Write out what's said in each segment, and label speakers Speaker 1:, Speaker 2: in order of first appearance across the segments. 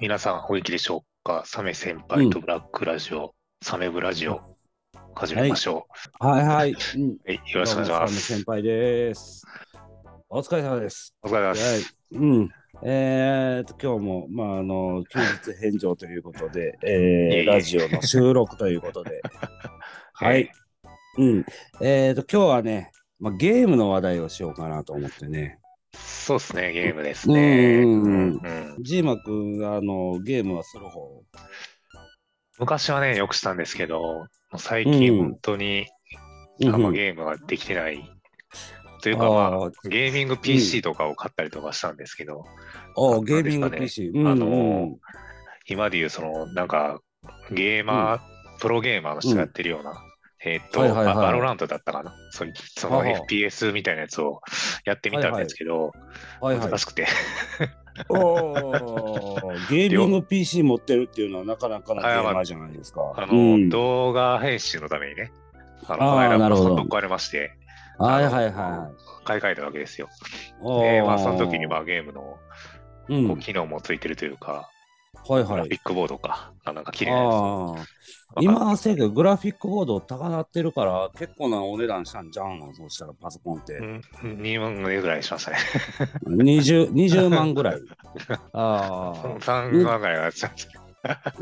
Speaker 1: 皆さんお元気でしょうかサメ先輩とブラックラジオ、サメブラジオ、始めましょ
Speaker 2: はいは い。よ
Speaker 1: う。はい、よろしくお願いします。
Speaker 2: 先輩です。お疲れ様です。
Speaker 1: お疲れ様
Speaker 2: は
Speaker 1: で
Speaker 2: い
Speaker 1: す。。
Speaker 2: うん。えー、と今日も、まあ、あの休日返上ということ で、
Speaker 1: い
Speaker 2: え
Speaker 1: え
Speaker 2: ー、
Speaker 1: いえ
Speaker 2: ラジオの収録というこ とで、は
Speaker 1: え
Speaker 2: い、うんえー、と今日はね、まあ、ゲームの話題をしようかなと思ってね、
Speaker 1: そうですね、ゲームですね。
Speaker 2: うんうんうん
Speaker 1: うん
Speaker 2: ジーマ君あのゲームはする方
Speaker 1: 昔はね、よくしたんですけど、もう最
Speaker 2: う
Speaker 1: 近
Speaker 2: ん
Speaker 1: 本当にあんま
Speaker 2: ー
Speaker 1: ゲームができてない。という
Speaker 2: ム
Speaker 1: か、ま
Speaker 2: あー
Speaker 1: あ、ゲーミング PC とかを買ったりとかしたんですけど、
Speaker 2: あーゲーミン
Speaker 1: な
Speaker 2: グ
Speaker 1: んです
Speaker 2: PC、
Speaker 1: あの
Speaker 2: あの
Speaker 1: 今でいう、その、なんか、ゲーマー、プロゲーマーの人がやってるような、えーっと、
Speaker 2: はいはいはい
Speaker 1: あバロラントだったかな。そういうその
Speaker 2: はあはあ
Speaker 1: FPS みたいなやつをやってみたんですけど、
Speaker 2: はいはい
Speaker 1: 難しくて、
Speaker 2: おーゲーミング PC 持ってるっていうのはなかなかなゲーマーじゃないですか。
Speaker 1: あ
Speaker 2: う
Speaker 1: の、
Speaker 2: ん
Speaker 1: 動画編集のためにね、あの、
Speaker 2: あー
Speaker 1: この間
Speaker 2: なる
Speaker 1: パ
Speaker 2: ほ
Speaker 1: ソ
Speaker 2: ど
Speaker 1: コン壊れまして、
Speaker 2: はいはいは
Speaker 1: 買い替えたわけですよ。で、
Speaker 2: い。おー
Speaker 1: まあ、その時に、まあ、ゲームの
Speaker 2: うん、
Speaker 1: こう
Speaker 2: はい
Speaker 1: 機能もついてるというか、グラ
Speaker 2: は
Speaker 1: フ
Speaker 2: い
Speaker 1: ィ。ックボードか、あなんか綺麗なやつ
Speaker 2: あー今、せやけど、グラフィックボード高なってるから、結構なお値段したんじゃうんのそうしたらパソコンって。
Speaker 1: うん2万円ぐらいしましたね。
Speaker 2: 20, 20万ぐらい。ああ。
Speaker 1: 3万ぐらいはしました。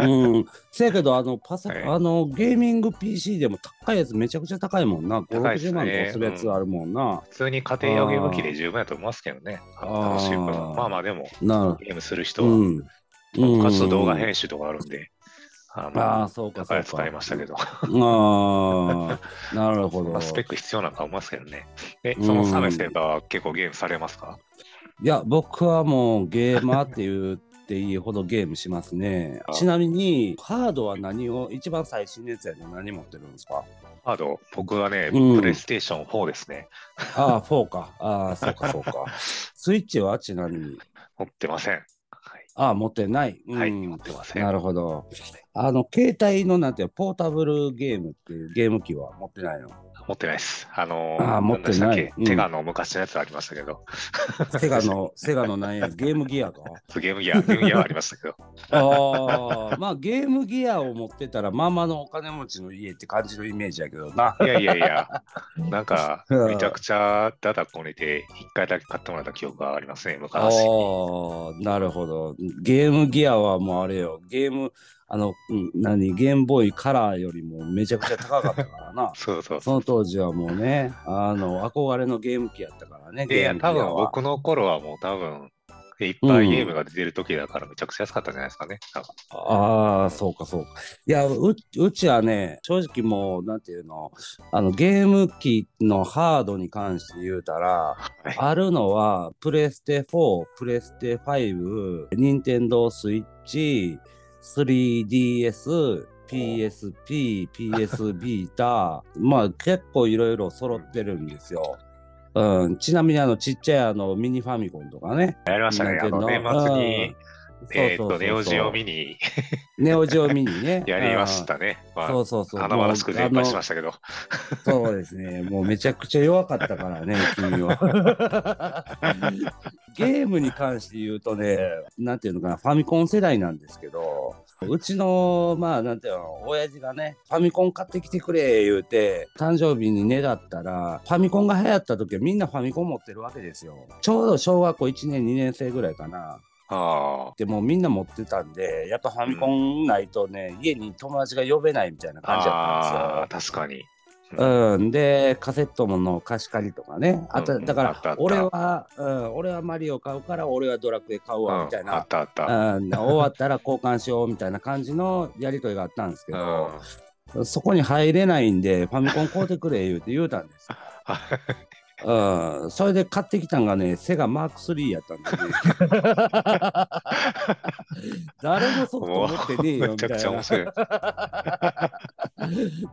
Speaker 2: うん。せやけど、あの、パソ、
Speaker 1: はい
Speaker 2: あの、ゲーミング PC でも高いやつめちゃくちゃ高いもんな。5、
Speaker 1: 高いっすね
Speaker 2: 60万とするやつあるもんな。
Speaker 1: 普通に家庭用ゲーム機で十分やと思いますけどね。
Speaker 2: あー
Speaker 1: 楽しいから。まあまあ、でも、
Speaker 2: なる
Speaker 1: ゲームする人
Speaker 2: ほど。
Speaker 1: は、
Speaker 2: うん。
Speaker 1: かつ動画編集とかあるんで、あ
Speaker 2: ああ、
Speaker 1: の、
Speaker 2: そう
Speaker 1: だ
Speaker 2: か、そ
Speaker 1: か
Speaker 2: う
Speaker 1: ら
Speaker 2: か。
Speaker 1: 使いましたけど。
Speaker 2: ああ、なるほ
Speaker 1: ま
Speaker 2: ど
Speaker 1: あ、。スペック必要なのか思いますけどね。え、そのサメ先輩は結構ゲームされますか
Speaker 2: いや、僕はもうゲーマーって言っていいほどゲームしますね
Speaker 1: あ。
Speaker 2: ちなみに、ハードは何を、一番最新のやつやの何持ってるんですか
Speaker 1: ハード、僕はね、
Speaker 2: うん
Speaker 1: プレイステーション4ですね。
Speaker 2: ああ、4か。ああ、そうか、そ うか。スイッチはちなみに。
Speaker 1: 持ってません。はい、
Speaker 2: ああ、持ってない。うん
Speaker 1: はい持ってません。
Speaker 2: なるほど。あの、携帯のなんていうのポータブルゲームっていうゲーム機は持ってないの。
Speaker 1: 持ってないです。あの
Speaker 2: あー持って
Speaker 1: んで
Speaker 2: ない
Speaker 1: したっけ
Speaker 2: うん
Speaker 1: テガの昔のやつありましたけど、
Speaker 2: セガの、セガの何や、ゲームギアか。
Speaker 1: ゲームギア、ゲームギアはありましたけど、
Speaker 2: ああ、まあゲー ムギアを持ってたら、まあまあのお金持ちの家って感じのイメージやけどな。
Speaker 1: いやいやいや、なんか、
Speaker 2: うん
Speaker 1: めちゃくちゃダダこねて、一回だけ買ってもらった記憶がありますね、
Speaker 2: ああ
Speaker 1: 昔。、。
Speaker 2: なるほど。ゲームギアはもうあれよ、ゲーム、あの、うん何、ゲームボーイカラーよりもめちゃくちゃ高かったからな
Speaker 1: そうそう。
Speaker 2: その当時はもうね、あの、憧れのゲーム機やったからね。
Speaker 1: い
Speaker 2: ゲー
Speaker 1: や、
Speaker 2: ムギア
Speaker 1: 多分
Speaker 2: は
Speaker 1: 僕の頃はもう多分、いっぱいゲームが出てる時だからめちゃくちゃ安かったんじゃないですかね。多分
Speaker 2: ああ、そうか、そうか。いや、う、うちはね、正直もう、なんていうの、あの、ゲーム機のハードに関して言うたら、
Speaker 1: い
Speaker 2: あるのは、プレステ4、プレステ5、ニンテンドースイッチ、3DS、PSP、PS ビータ、まあ結構いろいろ揃ってるんですよ。うん、ちなみにあのちっちゃいあのミニファミコンとかね。
Speaker 1: やりましたね。あ
Speaker 2: ニ
Speaker 1: の
Speaker 2: ンテンドー
Speaker 1: 年末に、
Speaker 2: うん
Speaker 1: えっ
Speaker 2: そうそうそうそ
Speaker 1: と、
Speaker 2: う
Speaker 1: ネオジオミニ。
Speaker 2: ネオジオミニね
Speaker 1: やりましたね。
Speaker 2: あ
Speaker 1: ま
Speaker 2: ー。
Speaker 1: あ
Speaker 2: そうそうそう。
Speaker 1: 華々しく全敗しま
Speaker 2: し
Speaker 1: したけど。
Speaker 2: た。そうですね。もうめちゃくちゃ弱かったからね、君は。ゲームに関して言うとね、なんていうのかな、ファミコン世代なんですけど、うちの、まあ、なんていうの、親父がね、ファミコン買ってきてくれ、言うて、誕生日にねだったら、ファミコンが流行った時はみんなファミコン持ってるわけですよ。ちょうど小学校1年、2年生ぐらいかな。
Speaker 1: あ
Speaker 2: でもうみんな持ってたんで、やっぱファミコンないとね、家に友達が呼べないみたいな
Speaker 1: あ、
Speaker 2: 感じだった
Speaker 1: あ
Speaker 2: んです
Speaker 1: あ
Speaker 2: よ。
Speaker 1: 確かに。
Speaker 2: うん、でカセットもの貸し借りとかねあ
Speaker 1: う
Speaker 2: と
Speaker 1: ん
Speaker 2: だ
Speaker 1: あ
Speaker 2: か
Speaker 1: ったあっ
Speaker 2: ら
Speaker 1: た
Speaker 2: 俺は、うん、俺はマリオ買うから俺はドラクエ買う
Speaker 1: うん
Speaker 2: わ
Speaker 1: あ
Speaker 2: みたい
Speaker 1: っ
Speaker 2: な、
Speaker 1: たあった。
Speaker 2: うん、終わったら交換しようみたいな感じのやり取りがあったんですけ
Speaker 1: うん
Speaker 2: ど、そこに入れないんでファミコン買うてくれ言うて言うたんですよ、うん、それで買ってきたんがねセガマーク3やったん でね誰もソフト持ってねえよ
Speaker 1: め
Speaker 2: み
Speaker 1: ちゃ
Speaker 2: たい
Speaker 1: くちゃ面
Speaker 2: な
Speaker 1: 白い。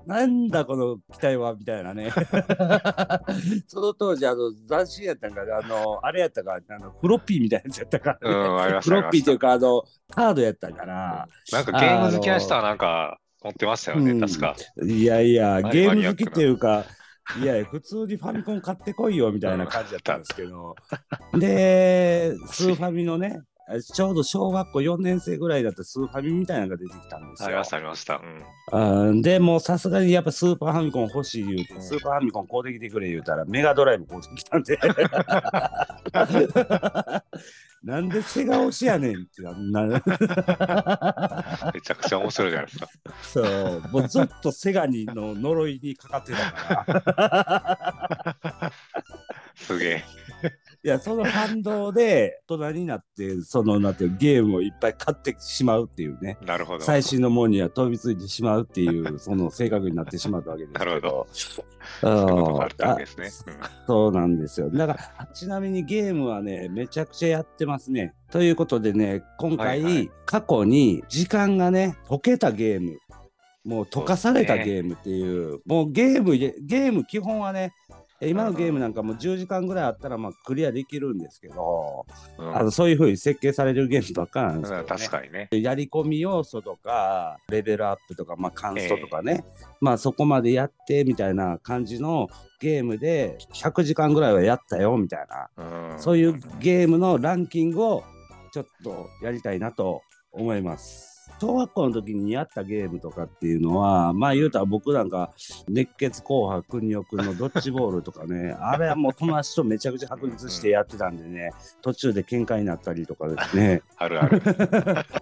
Speaker 2: なんだこの機体はみたいなね。 その当時、あの斬新やったんか、あの、あれやったか、あのフロッピーみたいなやつやったか
Speaker 1: う
Speaker 2: ら、ね
Speaker 1: ん、ありまし
Speaker 2: フ
Speaker 1: た。あり
Speaker 2: ロッ
Speaker 1: ま
Speaker 2: ピー
Speaker 1: し
Speaker 2: と
Speaker 1: た
Speaker 2: いうか、あの、カードやったから、
Speaker 1: なんかゲーム好きな人はなんか持ってましたよ
Speaker 2: う
Speaker 1: ね、
Speaker 2: ん
Speaker 1: 確か。
Speaker 2: いやいや、
Speaker 1: マニ
Speaker 2: ゲ
Speaker 1: アッ
Speaker 2: ー
Speaker 1: クな
Speaker 2: ム好きっていうか、いやいや、普通にファミコン買ってこいよみたいな感じだったんですけど、で、スーファミのね、ちょうど小学校4年生ぐらいだったスーファミみたいなのが出てきたんです
Speaker 1: あり
Speaker 2: よ。
Speaker 1: ました、ありました。うん。
Speaker 2: うんでもうさすがにやっぱスーパーファミコン欲しい言うて、スーパーファミコン買うてきてくれ言うたらメガドライブ買うてきたんで なんでセガ推しやねんってなな
Speaker 1: めちゃくちゃ面白いじゃないですか。
Speaker 2: そうもうずっとセガにの呪いにかかってたから
Speaker 1: すげえ。
Speaker 2: いやその反動で大人になってそのなんていうゲームをいっぱい買ってしまうっていうね
Speaker 1: なるほど。
Speaker 2: 最新のものには飛びついてしまうっていうその性格になってしまったわけですけ
Speaker 1: なるほど。
Speaker 2: うん
Speaker 1: そういうことがあったわけですね。うん
Speaker 2: あそうなんですよだからちなみにゲームはねめちゃくちゃやってますねということでね今回、
Speaker 1: はいはい
Speaker 2: 過去に時間がね解けたゲームもう溶かされ
Speaker 1: そ
Speaker 2: た
Speaker 1: うです
Speaker 2: ゲームっていうもうゲームでゲーム基本はねえ今のゲームなんかもう10時間ぐらいあったらまあクリアできるんですけど、
Speaker 1: うん
Speaker 2: あのそういう風に設計されてるゲームばっかなんですけど、
Speaker 1: うん
Speaker 2: ね、
Speaker 1: 確かにね。
Speaker 2: やり込み要素とかレベルアップとか、まあ、カンストとかね、まあそこまでやってみたいな感じのゲームで100時間ぐらいはやったよみたいな、
Speaker 1: うん
Speaker 2: そういうゲームのランキングをちょっとやりたいなと思います。小学校の時にやったゲームとかっていうのはまあ言うたら僕なんか熱血紅白邦夫君のドッジボールとかね あれはもう友達とめちゃくちゃ白熱してやってたんでね途中で喧嘩になったりとかですね
Speaker 1: あるある。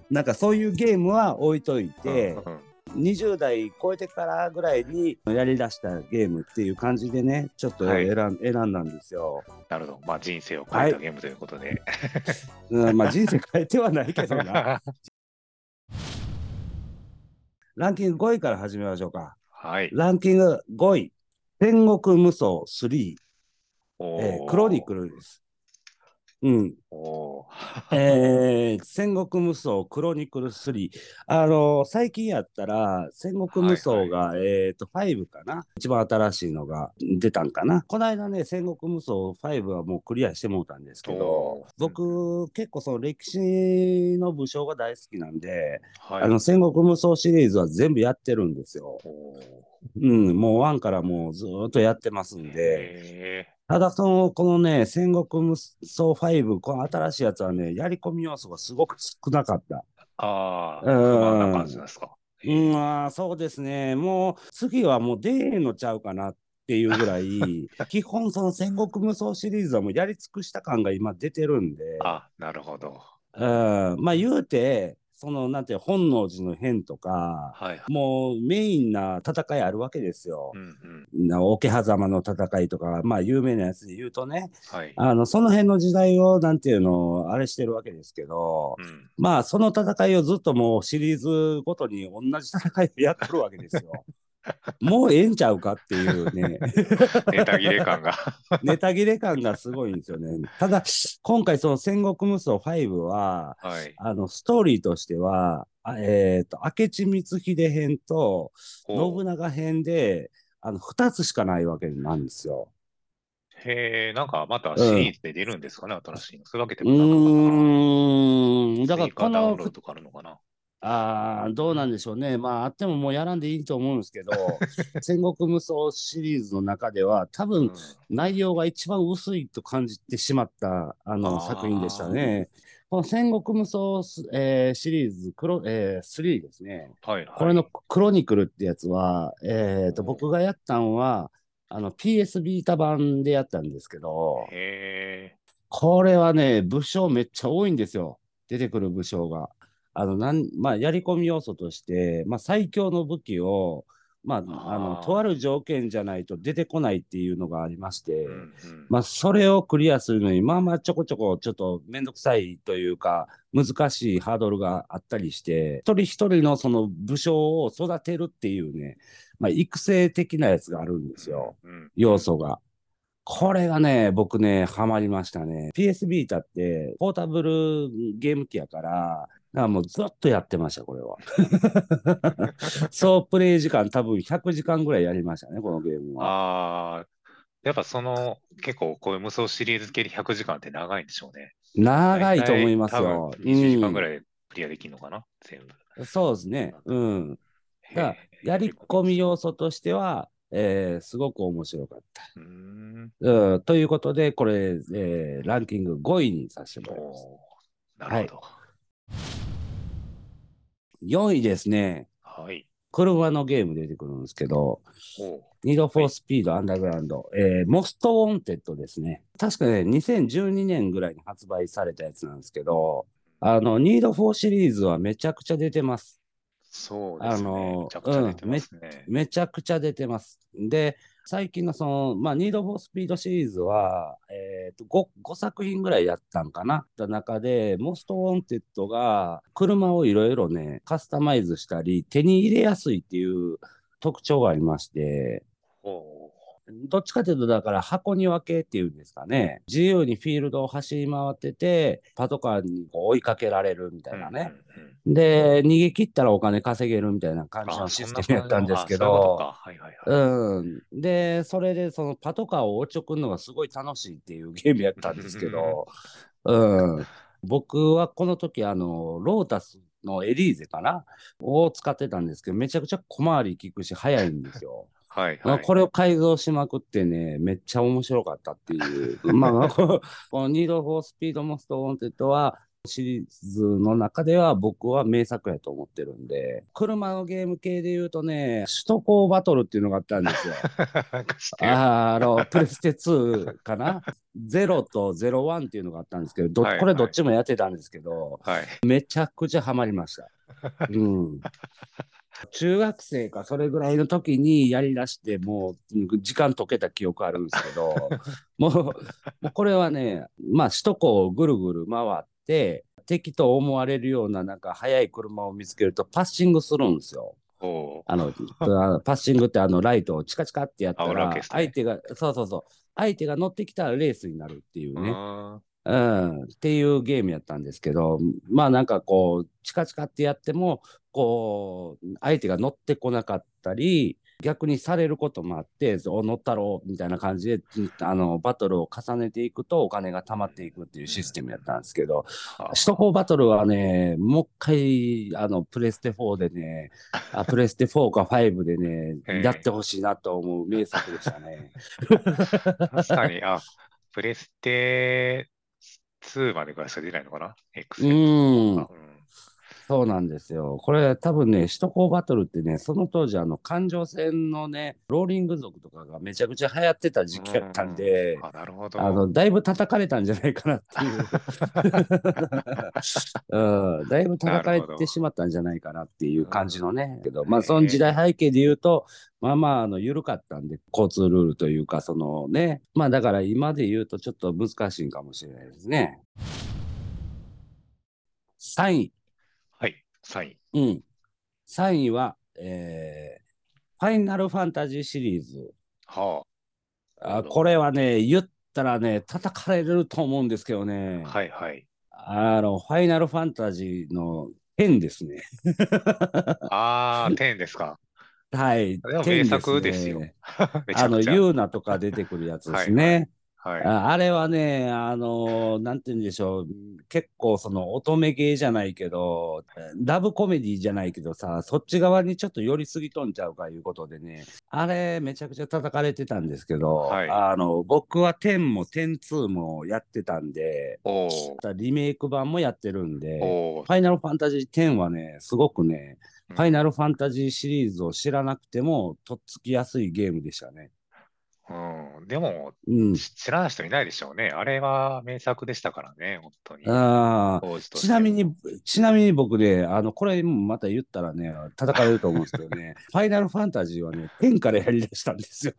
Speaker 2: なんかそういうゲームは置いといて、
Speaker 1: うんうん
Speaker 2: 20代超えてからぐらいにやりだしたゲームっていう感じでね、ちょっと
Speaker 1: は
Speaker 2: 選
Speaker 1: い
Speaker 2: ん,、選んだんですよ。
Speaker 1: なるほど。まあ人生を変えたゲームということで。
Speaker 2: うん、まあ人生変えてはないけど な。ランキング5位から始めましょうか。
Speaker 1: はい。
Speaker 2: ランキング5位、天国無双3、
Speaker 1: お
Speaker 2: えークロニク
Speaker 1: ル。
Speaker 2: ルです。うん、
Speaker 1: おー
Speaker 2: えー戦国無双クロニクル3。あのー最近やったら、戦国無双が、えっ、と、5かな一番新しいのが出たんかなこの間ね、戦国無双5はもうクリアしてもうたんですけど
Speaker 1: おー、
Speaker 2: 僕、結構その歴史の武将が大好きなんで、
Speaker 1: はい。
Speaker 2: あの、戦国無双シリーズは全部やってるんですよ。
Speaker 1: おー
Speaker 2: うん、もう1からもうずーっとやってますんで、
Speaker 1: へ
Speaker 2: ただその、このね、戦国無双5、この新しいやつはね、やり込み要素がすごく少なかった。
Speaker 1: ーああ、
Speaker 2: うん
Speaker 1: そんな感じなんですか。
Speaker 2: うん、まあそうですね、もう次はもう出えへんのちゃうかなっていうぐ らい、基本その戦国無双シリーズはもうやり尽くした感が今出てるんで、
Speaker 1: あ、なるほど。
Speaker 2: うん、まあ言うて、そのなんて本能寺の変とか、
Speaker 1: はい。
Speaker 2: もうメインな戦いあるわけですよ
Speaker 1: う。んうん。
Speaker 2: な桶狭間の戦いとか、まあ有名なやつで言うとね、
Speaker 1: はい。
Speaker 2: あの、その辺の時代を、なんていうの、あれしてるわけですけど
Speaker 1: う、ん。
Speaker 2: まあ、その戦いをずっともうシリーズごとに同じ戦いをやってるわけです よ。もうええんちゃうかっていうね、
Speaker 1: ネタ切れ感が。
Speaker 2: ネタ切れ感がすごいんですよね。ただ、今回その戦国無双5は、
Speaker 1: はい。
Speaker 2: あの、ストーリーとしては、あえっ、と、明智光秀編と
Speaker 1: お
Speaker 2: 信長編で、あの、2つしかないわけなんですよ。
Speaker 1: へえ、なんかまたシリーズで出るんですかね、新しいの。そういうわけで
Speaker 2: う
Speaker 1: もなかっ
Speaker 2: ーん、
Speaker 1: たか
Speaker 2: だ
Speaker 1: な。
Speaker 2: から
Speaker 1: 追加
Speaker 2: こ
Speaker 1: ダウン
Speaker 2: の
Speaker 1: ロードとかあるのかな。
Speaker 2: ああ、どうなんでしょうね。まあ、あってももうやらんでいいと思うんですけ ど、戦国無双シリーズの中では、多
Speaker 1: う
Speaker 2: 分
Speaker 1: ん
Speaker 2: 内容が一番薄いと感じてしまったあの
Speaker 1: あー
Speaker 2: 作品でしたね。この戦国無双す、えーシリーズクロ、えー3ですね。
Speaker 1: はいはい。
Speaker 2: これのクロニクルってやつは、えーと、
Speaker 1: うん
Speaker 2: 僕がやったんは、あの PS ビータ版でやったんですけど、
Speaker 1: へえ。
Speaker 2: これはね、武将めっちゃ多いんですよ。出てくる武将が。あの、なん、まあ、やり込み要素として、まあ、最強の武器を、まあ、あの、
Speaker 1: あー
Speaker 2: とある条件じゃないと出てこないっていうのがありまして、
Speaker 1: うんうん
Speaker 2: まあ、それをクリアするのに、まあまあ、ちょこちょこ、ちょっとめんどくさいというか、難しいハードルがあったりして、一人一人のその武将を育てるっていうね、まあ、育成的なやつがあるんですよ。
Speaker 1: うん
Speaker 2: 要素が。これがね、僕ね、ハマりましたね。PS ビータって、ポータブルゲーム機やから、だからもうずっとやってました、これ は。総プレイ時間多分100時間ぐらいやりましたね、このゲームは。
Speaker 1: ああ、やっぱその、結構こういう無双シリーズ系に100時間って長いんでしょうね。
Speaker 2: 長いと思いますよ。
Speaker 1: 大体多分20時間ぐ
Speaker 2: い、
Speaker 1: らいでクリアできるのかな、全部。
Speaker 2: うん。そうですね。うん。だ
Speaker 1: へえ
Speaker 2: やり込み要素としては、えーすごく面白かった。
Speaker 1: うーん。
Speaker 2: うん、ということで、これ、えーランキング5位にさせてもらいます。
Speaker 1: おなるほど。
Speaker 2: 4位ですね、
Speaker 1: はい。
Speaker 2: 車のゲーム出てくるんですけど、
Speaker 1: おう
Speaker 2: ニードフォースピードアンダーグラウンド、えーモストウォンテッドですね。確かね、2012年ぐらいに発売されたやつなんですけど、あの、ニードフォーシリーズはめちゃくちゃ出てます。
Speaker 1: そうですね。
Speaker 2: あのー
Speaker 1: めちゃくちゃ出てますね。
Speaker 2: めちゃくちゃ出てます。で、最近のその、まあ、ニードフォースピードシリーズは、えーと 5, 5作品ぐらいやったんかな、た中で、モストウォンテッドが車をいろいろね、カスタマイズしたり、手に入れやすいっていう特徴がありまして、
Speaker 1: おう
Speaker 2: どっちかというと、だから箱庭系っていうんですかね、自由にフィールドを走り回ってて、パトカーにこう追いかけられるみたいなね、
Speaker 1: うんうんうん
Speaker 2: で、逃げ切ったらお金稼げるみたいな感じ
Speaker 1: あ
Speaker 2: の
Speaker 1: ー
Speaker 2: シ
Speaker 1: そん
Speaker 2: ス
Speaker 1: な
Speaker 2: テムやったんですけ
Speaker 1: そういうこと
Speaker 2: ど
Speaker 1: か。。はいはいはい。
Speaker 2: うん、で、それでそのパトカーをおちょくのがすごい楽しいっていうゲームやったんですけど、うん、僕はこの時あのロータスのエリーゼかなを使ってたんですけど、めちゃくちゃ小回り利くし、速いんですよ。
Speaker 1: はい
Speaker 2: ま
Speaker 1: は
Speaker 2: あ
Speaker 1: い。
Speaker 2: これを改造しまくってね、めっちゃ面白かったっていう、 まあ、このニード・フォー・スピード・モスト・ウォンテッドは、シリーズの中では僕は名作やと思ってるんで、車のゲーム系で言うとね、首都高バトルっていうのがあった んですよ。
Speaker 1: なんかしてる
Speaker 2: あーあの、プレステ2かな ?0 と01っていうのがあったんですけど、ど
Speaker 1: はい
Speaker 2: これどっちもやってたんですけど、
Speaker 1: はい。
Speaker 2: めちゃくちゃハマりました。うん。中学生かそれぐらいの時にやりだしてもう時間解けた記憶あるんですけどもうもうこれはねまあ首都高をぐるぐる回って敵と思われるようななんか速い車を見つけるとパッシングするんですよ。
Speaker 1: おう
Speaker 2: あの、あのパッシングってあのライトをチカチカってやった
Speaker 1: あオラ
Speaker 2: ら
Speaker 1: ーケストね
Speaker 2: 相手がそうそうそう相手が乗ってきたらレースになるっていうね。
Speaker 1: あ
Speaker 2: うん、っていうゲームやったんですけど、まあなんかこう、チカチカってやっても、こう、相手が乗ってこなかったり、逆にされることもあって、お乗ったろうみたいな感じで、あの、バトルを重ねていくとお金が貯まっていくっていうシステムやったんですけど、
Speaker 1: ーあ
Speaker 2: 首都高バトルはね、もう一回、あの、プレステ4でね、あプレステ4か5で
Speaker 1: へ
Speaker 2: ね、
Speaker 1: え
Speaker 2: やってほしいなと思う名作でし たね。
Speaker 1: 確かに、あ、プレステ2までぐらいしか出ないのかな ?X。
Speaker 2: うーん。
Speaker 1: うん
Speaker 2: そうなんですよ。これ多分ね、首都高バトルってね、その当時、あの、環状線のね、ローリング族とかがめちゃくちゃ流行ってた時期やったんで、
Speaker 1: あ、なるほど。
Speaker 2: あの、だいぶ叩かれたんじゃないかなっていう。 うん、だいぶ叩かれてしまったんじゃないかなっていう感じのね、けど、まあ、その時代背景で言うと、まあまあ、あの、緩かったんで、交通ルールというか、そのね、まあ、だから今で言うとちょっと難しいんかもしれないですね。3位。
Speaker 1: はい、3位。
Speaker 2: うん。3位は、えー、ファイナルファンタジーシリーズ。
Speaker 1: はな
Speaker 2: あ
Speaker 1: るほど
Speaker 2: これはね、言ったらね、叩かれると思うんですけどね、
Speaker 1: あ、はいはい。
Speaker 2: あの、ファイナルファンタジーの10ですね。
Speaker 1: ああ、10ですか。
Speaker 2: はい。
Speaker 1: あれは
Speaker 2: 10
Speaker 1: 名作ですよ
Speaker 2: ね。
Speaker 1: めち
Speaker 2: あ
Speaker 1: ゃ
Speaker 2: の、
Speaker 1: くちゃ。
Speaker 2: ユーナとか出てくるやつですね。
Speaker 1: はい。
Speaker 2: ああれはね、あのーなんて言うんでしょう、結構その乙女芸じゃないけど、ラブコメディじゃないけどさ、そっち側にちょっと寄りすぎとんちゃうかいうことでね、あれめちゃくちゃ叩かれてたんですけど、
Speaker 1: はい
Speaker 2: あの僕は10も102もやってたんで、
Speaker 1: おー
Speaker 2: リメイク版もやってるんで、
Speaker 1: おー
Speaker 2: ファイナルファンタジー10はね、すごくね、
Speaker 1: うん
Speaker 2: ファイナルファンタジーシリーズを知らなくても、とっつきやすいゲームでしたね。
Speaker 1: うん、でも、
Speaker 2: うん。
Speaker 1: し知らない人いないでしょうね。あれは名作でしたからね、本当に。
Speaker 2: ああ、
Speaker 1: 当時として
Speaker 2: ちなみ。に、ちなみに僕ね、あの、これまた言ったらね、叩かれると思うんですけど ね、ファイナルファンタジーはね、天からやりだしたんですよ。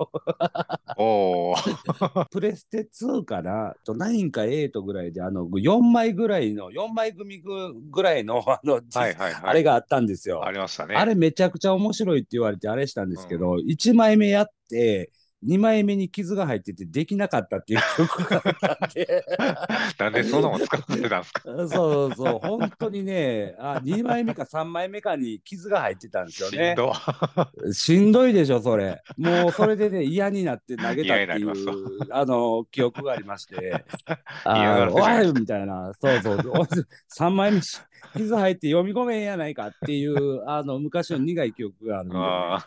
Speaker 1: おお、
Speaker 2: プレステ2から、と9か8ぐらいで、あの、4枚ぐらいの、4枚組ぐぐらいの、あの、
Speaker 1: はいはいはい。
Speaker 2: あれがあったんですよ。
Speaker 1: ありましたね。
Speaker 2: あれめちゃくちゃ面白いって言われてあれしたんですけど、1枚目やって、2枚目に傷が入っててできなかったっていう曲があったんで。
Speaker 1: なんでそんなもん使ってたんです か。
Speaker 2: そうそうそう、本当にね、あ2枚目か3枚目かに傷が入ってたんですよ
Speaker 1: し
Speaker 2: ね
Speaker 1: ん。ど。
Speaker 2: しんどいでしょ、それ。もうそれ でね、嫌になって投げたって
Speaker 1: 嫌にないりますわ
Speaker 2: う、あの、記憶がありまして、
Speaker 1: 嫌が
Speaker 2: あ
Speaker 1: らせ
Speaker 2: の
Speaker 1: じゃない
Speaker 2: おいみたいな、そうそう、おい3枚目し傷入って読み込めんやないかっていう、あの、昔の苦い記憶があるんでね、
Speaker 1: あ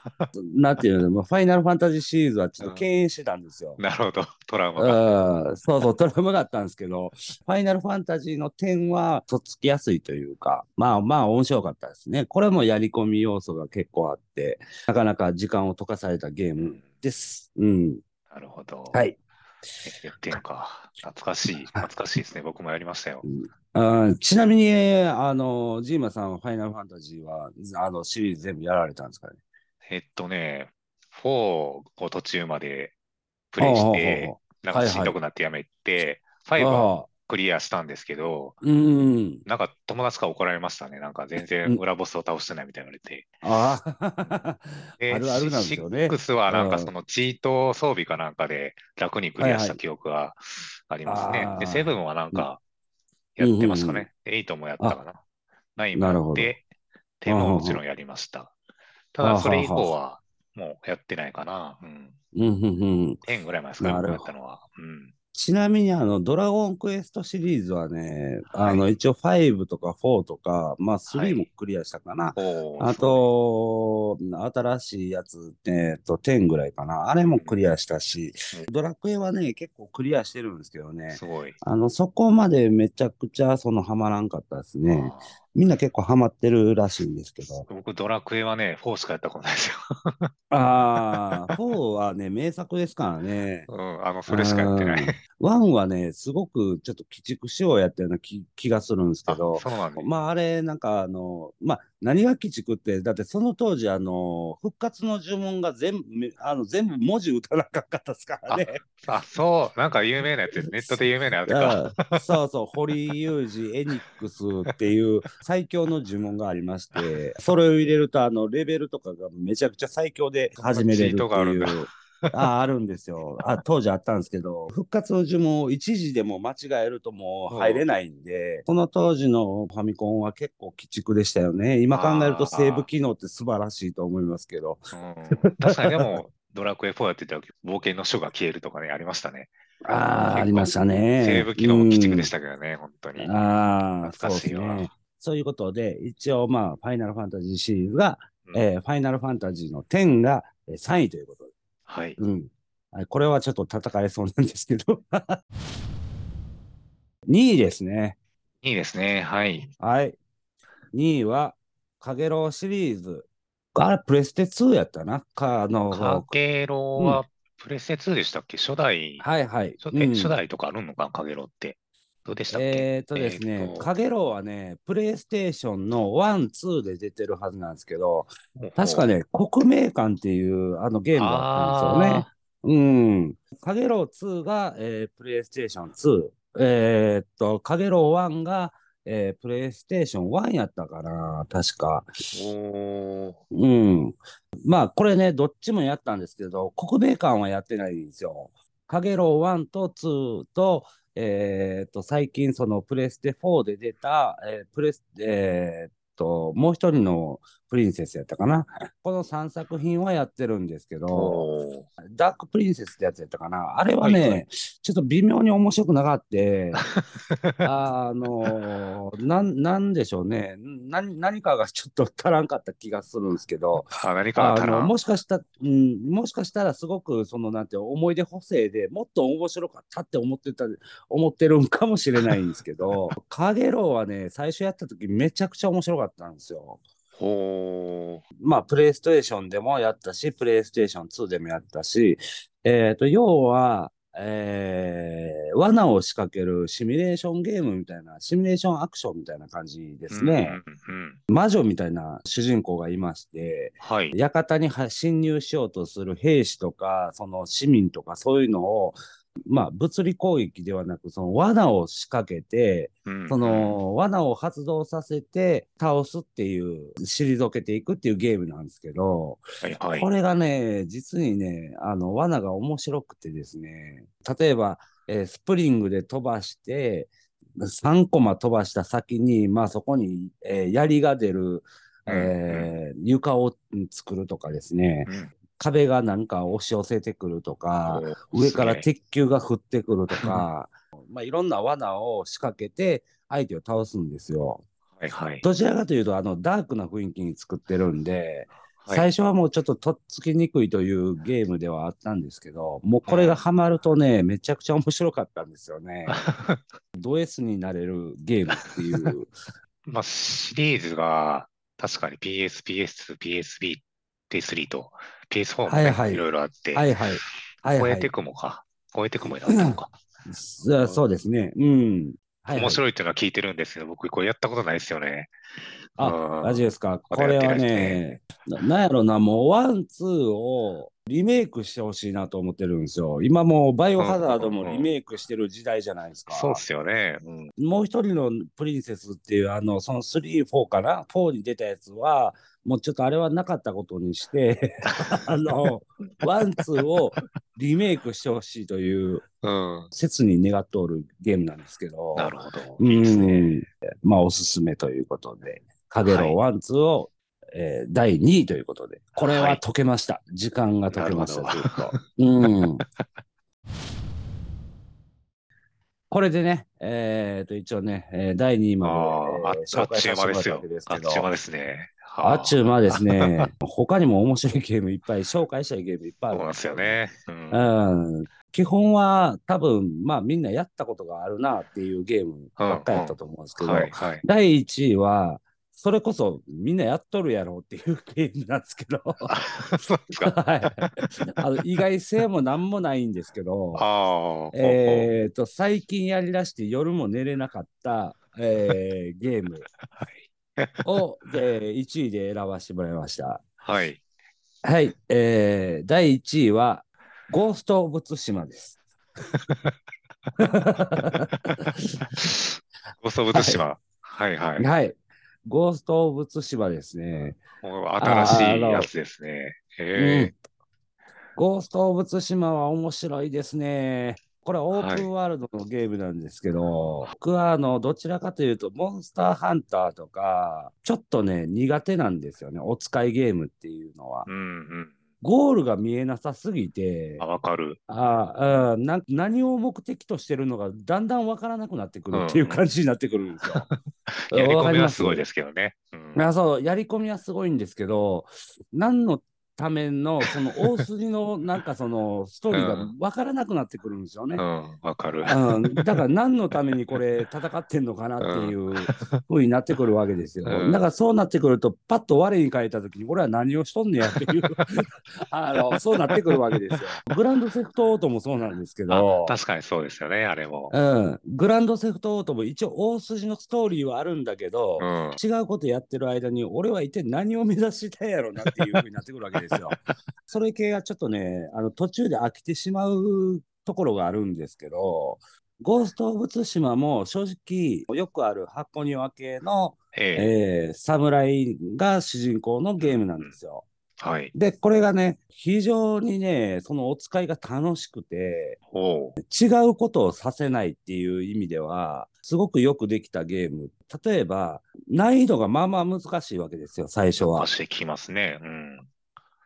Speaker 2: なんていうの、まあファイナルファンタジーシリーズはちちょっと敬遠してたんですよ。
Speaker 1: なるほど、トラウマが。
Speaker 2: うん、そうそう、トラウマがあったんですけ ど、ファイナルファンタジーの点は、とっつきやすいというか、まあまあ面白かったですね。これもやり込み要素が結構あって、なかなか時間を溶かされたゲー
Speaker 1: う
Speaker 2: ム
Speaker 1: ん
Speaker 2: です。うん。
Speaker 1: なるほど。
Speaker 2: はい。
Speaker 1: 逆転か。懐かしい。懐かしいですね。僕もやりましたよ。
Speaker 2: うんちなみに、あの、ジーマさんはファイナルファンタジーは、あの、シリーズ全部やられたんですかね。
Speaker 1: えっとね、4を途中までプレイして、なんか
Speaker 2: はいはい
Speaker 1: しんどくなってやめて、
Speaker 2: ああ、
Speaker 1: 5は
Speaker 2: ああ
Speaker 1: クリアしたんですけど、
Speaker 2: うん。
Speaker 1: なんか友達から怒られましたね。なんか全
Speaker 2: う
Speaker 1: 然
Speaker 2: ん
Speaker 1: 裏ボスを倒してないみたいに言われて。
Speaker 2: ああ、
Speaker 1: で
Speaker 2: あるあるなんですよね。
Speaker 1: 6はなん
Speaker 2: う
Speaker 1: か
Speaker 2: ん
Speaker 1: そのチート装備かなんかで楽にクリアした記憶がありますね
Speaker 2: あ。ー
Speaker 1: で、7はなんかやってますか
Speaker 2: うんうん
Speaker 1: ね。で8もやったかな。9も
Speaker 2: な
Speaker 1: や
Speaker 2: るほ
Speaker 1: っ
Speaker 2: ど
Speaker 1: て、10ももちろんやりました。た
Speaker 2: あ
Speaker 1: だ
Speaker 2: ー
Speaker 1: それ以降はもうやってないかな。うん。
Speaker 2: うんうんうん。
Speaker 1: 10ぐらい前ですかね、
Speaker 2: な
Speaker 1: 僕
Speaker 2: る
Speaker 1: が
Speaker 2: ほ
Speaker 1: やっ
Speaker 2: ど
Speaker 1: たのは。うん。
Speaker 2: ちなみに、あの、ドラゴンクエストシリーズはね、
Speaker 1: はい
Speaker 2: あの、一応5とか4とか、まあ
Speaker 1: はい
Speaker 2: 3もクリアしたかな。
Speaker 1: おー
Speaker 2: あ、と、新しいやつ、えっと、10ぐらいかな。あれもクリアしたし、ドラクエはね、結構クリアしてるんですけどね、
Speaker 1: すごい。
Speaker 2: あの、そこまでめちゃくちゃ、その、ハマらんかったですね。
Speaker 1: あー
Speaker 2: みんな結構ハマってるらしいんですけど。
Speaker 1: 僕、ドラクエはね、4しかやったことないですよ。
Speaker 2: あ あ、4はね、名作ですからね。
Speaker 1: うん、あの、それしかやってない。
Speaker 2: うん。ワンはね、すごくちょっと鬼畜仕様やったような気気がするんですけ
Speaker 1: あ、
Speaker 2: ど、
Speaker 1: そうなんだ。
Speaker 2: まああれ、なんかあの、まあ何が鬼畜って、だってその当時、あの、復活の呪文が全部、めあの全部文字打たなかったですからね。
Speaker 1: あ、そう、なんか有名なやつ、ネットで有名なやつか。
Speaker 2: うんそうそう、堀井雄二エニックスっていう最強の呪文がありま して、それを入れると、あの、レベルとかがめちゃくちゃ最強で始めれるって
Speaker 1: チートがあるん
Speaker 2: い
Speaker 1: だ
Speaker 2: う。ああるんですよあ。当時あったんですけど、復活の呪文を一時でも間違えるともう入れないんで、その当時のファミコンは結構鬼畜でしたよね。今考えるとセーブ機能って素晴らしいと思いますけど。
Speaker 1: うん確かにでも、ドラクエ4やってた時、冒険の書が消えるとかね、ありましたね。
Speaker 2: ああ、ありましたね。
Speaker 1: セーブ機能も鬼畜でしたたけどね、本当に。
Speaker 2: ああ、
Speaker 1: 懐かしい
Speaker 2: そうです
Speaker 1: わ
Speaker 2: ね。。そういうことで、一応まあ、ファイナルファンタジーシリーズが、
Speaker 1: うん
Speaker 2: えーファイナルファンタジーの10がえー3位ということで、
Speaker 1: はい。
Speaker 2: うん。あこれはちょっと叩かれそうなんですけど。2位ですね。
Speaker 1: いいですね。はい。
Speaker 2: はい。2位は、かげろうシリーズ。あれ、プレステ2やったな。か、あの、
Speaker 1: か
Speaker 2: は
Speaker 1: けろうはプレステ2でしたっけ初代、
Speaker 2: いはい。
Speaker 1: 初
Speaker 2: う
Speaker 1: え
Speaker 2: ん
Speaker 1: 初代とかあるのかな、かげろうって。どうでしたっけ
Speaker 2: えーっとです
Speaker 1: え
Speaker 2: ね
Speaker 1: ーっ、と
Speaker 2: かげろうはね、プレイステーションの1、2で出てるはずなんですけ
Speaker 1: ほ
Speaker 2: ど、
Speaker 1: うほう
Speaker 2: 確かね、国名館っていうあのゲームだったんですよね。うん。かげろう2が、えープレイステーション2。えーっと、かげろう1が、えープレイステーション1やったかな、確か。
Speaker 1: おー
Speaker 2: うん。まあ、これね、どっちもやったんですけど、国名館はやってないんですよ。かげろう1と2と、えーっと、最近、そのプレステ4で出た、えープレス、えーっと、もう一人のプリンセスやったかな。この3作品はやってるんですけど、
Speaker 1: おー
Speaker 2: ダークプリンセスってやつやったかな。あれはね、
Speaker 1: はいはい
Speaker 2: ちょっと微妙に面白くな かって、あのーなん、なんでしょうね。な何かがちょっと足らんかった気がするんですけど、
Speaker 1: あ、何かあ
Speaker 2: あ
Speaker 1: った
Speaker 2: の
Speaker 1: な。
Speaker 2: もしかした、うん、もしかしたらすごくそのなんて思い出補正でもっと面白かったって思ってた思ってるんかもしれないんですけど カゲロウはね最初やった時めちゃくちゃ面白かったんですよ。
Speaker 1: ほ
Speaker 2: まあプレイステーションでもやったしプレイステーション2でもやったし、えー、と要は、えー罠を仕掛けるシミュレーションゲームみたいなシミュレーションアクションみたいな感じで
Speaker 1: う。
Speaker 2: すね。
Speaker 1: うんうんうん
Speaker 2: 魔女みたいな主人公がいまして。
Speaker 1: はい。
Speaker 2: 館には侵入しようとする兵士とか、その市民とか、そういうのを、まあ、物理攻撃ではなく、その罠を仕掛けて、
Speaker 1: うん
Speaker 2: そ、の罠を発動させて倒すっていう、退けていくっていうゲームなんですけど、
Speaker 1: はいはい
Speaker 2: これがね、実にね、あの、罠が面白くてですね、例えば、えースプリングで飛ばして、3コマ飛ばした先に、まあそこに、えー槍が出る、えー床をうん作るとかですね、
Speaker 1: うん
Speaker 2: 壁がなんか押し寄せてくるとか、
Speaker 1: おー
Speaker 2: 上から
Speaker 1: すげえ
Speaker 2: 鉄球が降ってくるとか、まあいろんな罠を仕掛けて、相手を倒すんですよ。
Speaker 1: はいはい。
Speaker 2: どちらかというと、あの、ダークな雰囲気に作ってるんで、
Speaker 1: はい
Speaker 2: 最初はもうちょっととっつきにくいというゲームではあったんですけど、もうこれがハマるとね、めちゃくちゃ面白かったんですよね。ド S になれるゲームっていう。
Speaker 1: まあ、シリーズが、確かに PS、PS、PSB、PS3 と PS4 もね、
Speaker 2: はいはい
Speaker 1: ろいろあって、
Speaker 2: はいはい。はい
Speaker 1: 超
Speaker 2: は
Speaker 1: えて
Speaker 2: い。
Speaker 1: くもか。超えてくもやったのか。
Speaker 2: そそうですね。うん。はい、はい。
Speaker 1: 面白いっていうのは聞いてるんですけど、僕、これやったことないですよね。
Speaker 2: あ
Speaker 1: うん
Speaker 2: マジですか。
Speaker 1: ま
Speaker 2: こ
Speaker 1: たや
Speaker 2: れ
Speaker 1: って
Speaker 2: は
Speaker 1: ないです
Speaker 2: ね
Speaker 1: ね、
Speaker 2: ななんやろな、もうワン、ツーをリメイクしてほしいなと思ってるんですよ。今もうバイオハザードもリメイクしてる時代じゃないですか。
Speaker 1: そうっすよね。うん。
Speaker 2: もう一人のプリンセスっていう、あの、その3、4かな ?4 に出たやつは、もうちょっとあれはなかったことにして、 あの、ワン、ツーをリメイクしてほしいという、
Speaker 1: うん。
Speaker 2: 切に願っておるゲームなんですけど。
Speaker 1: なるほど。
Speaker 2: う
Speaker 1: いいですね。
Speaker 2: ん。まあ、おすすめということで、カゲロワンツーを、えー第2位ということで、これは解けました。時間が解けました、
Speaker 1: な
Speaker 2: ず
Speaker 1: る
Speaker 2: っと。 うん。これでね、えー、と、一応ね、えー第2位
Speaker 1: あ
Speaker 2: まで、
Speaker 1: あ、あっ
Speaker 2: えー
Speaker 1: あっちゅう間です
Speaker 2: 紹
Speaker 1: よあってちゅう間
Speaker 2: 介。させもらたわけですけど
Speaker 1: ですね。
Speaker 2: あっちゅう間で すね。他にも面白いゲームいっぱい、紹介したいゲームいっぱいあ
Speaker 1: そ
Speaker 2: る
Speaker 1: うなんですよ。ね。うん。
Speaker 2: うん基本は多分、まあみんなやったことがあるなっていうゲームばっかりやったと思うんですけど、
Speaker 1: はい、はい。
Speaker 2: 第1位は、それこそみんなやっとるやろうっていうゲームなんですけど、は
Speaker 1: あそうですか。
Speaker 2: い、あの意外性もなんもないんですけど、
Speaker 1: ああ、
Speaker 2: えー、と最近やりだして夜も寝れなかった、 えーゲームを、えー1位で選ばせてもらいました。
Speaker 1: はい。
Speaker 2: はい、えー第1位は、ゴースト・オブ・ツシマです。
Speaker 1: ゴソブツシマ。はい、はい。
Speaker 2: はい。ゴースト・オブ・ツシマですね。
Speaker 1: もう新しいやつですね。へえ。
Speaker 2: ゴースト・オブ・ツシマは面白いですね。これオープンワールドのゲームなんですけど、僕はあのどちらかというとモンスターハンターとかちょっとね苦手なんですよねお使いゲームっていうのは。
Speaker 1: うん、うん。
Speaker 2: ゴールが見えなさすぎて
Speaker 1: あ、わかる。
Speaker 2: ああな何を目的としてるのがだんだんわからなくなってくるっていう感じになってくるんですよ。
Speaker 1: やり
Speaker 2: わか
Speaker 1: 込み
Speaker 2: りま
Speaker 1: はす ごいですけどね。うん
Speaker 2: あそうやり込みはすごいんですけど何のためのその大筋のなんかそのストーリ ーが分からなくなってくるんですよね。
Speaker 1: うん、わかる。
Speaker 2: うん、だから何のためにこれ戦ってんのかなっていうふうになってくるわけですよ。
Speaker 1: うん
Speaker 2: だからそうなってくるとパッと我に返った時に俺は何をしとんねやっていう あのそうなってくるわけですよ。グランドセフトオートもそうなんですけ
Speaker 1: あ
Speaker 2: ど、
Speaker 1: 確かにそうですよね、あれも。
Speaker 2: うん、グランドセフトオートも一応大筋のストーリーはあるんだけど、
Speaker 1: うん。
Speaker 2: 違うことやってる間に、俺は一体何を目指したいやろなっていうふうになってくるわけですよ。それ系がちょっとね、あの途中で飽きてしまうところがあるんですけど、ゴースト・オブ・ツシマも正直、よくある箱庭系の、
Speaker 1: ええ。
Speaker 2: えー侍が主人公のゲームなんですよ。
Speaker 1: はい。
Speaker 2: で、これがね、非常にね、そのお使いが楽しくて、
Speaker 1: おう。
Speaker 2: 違うことをさせないっていう意味では、すごくよくできたゲーム。例えば、難易度がまあまあ難しいわけですよ、最初は。
Speaker 1: 足で聞きますね。うん。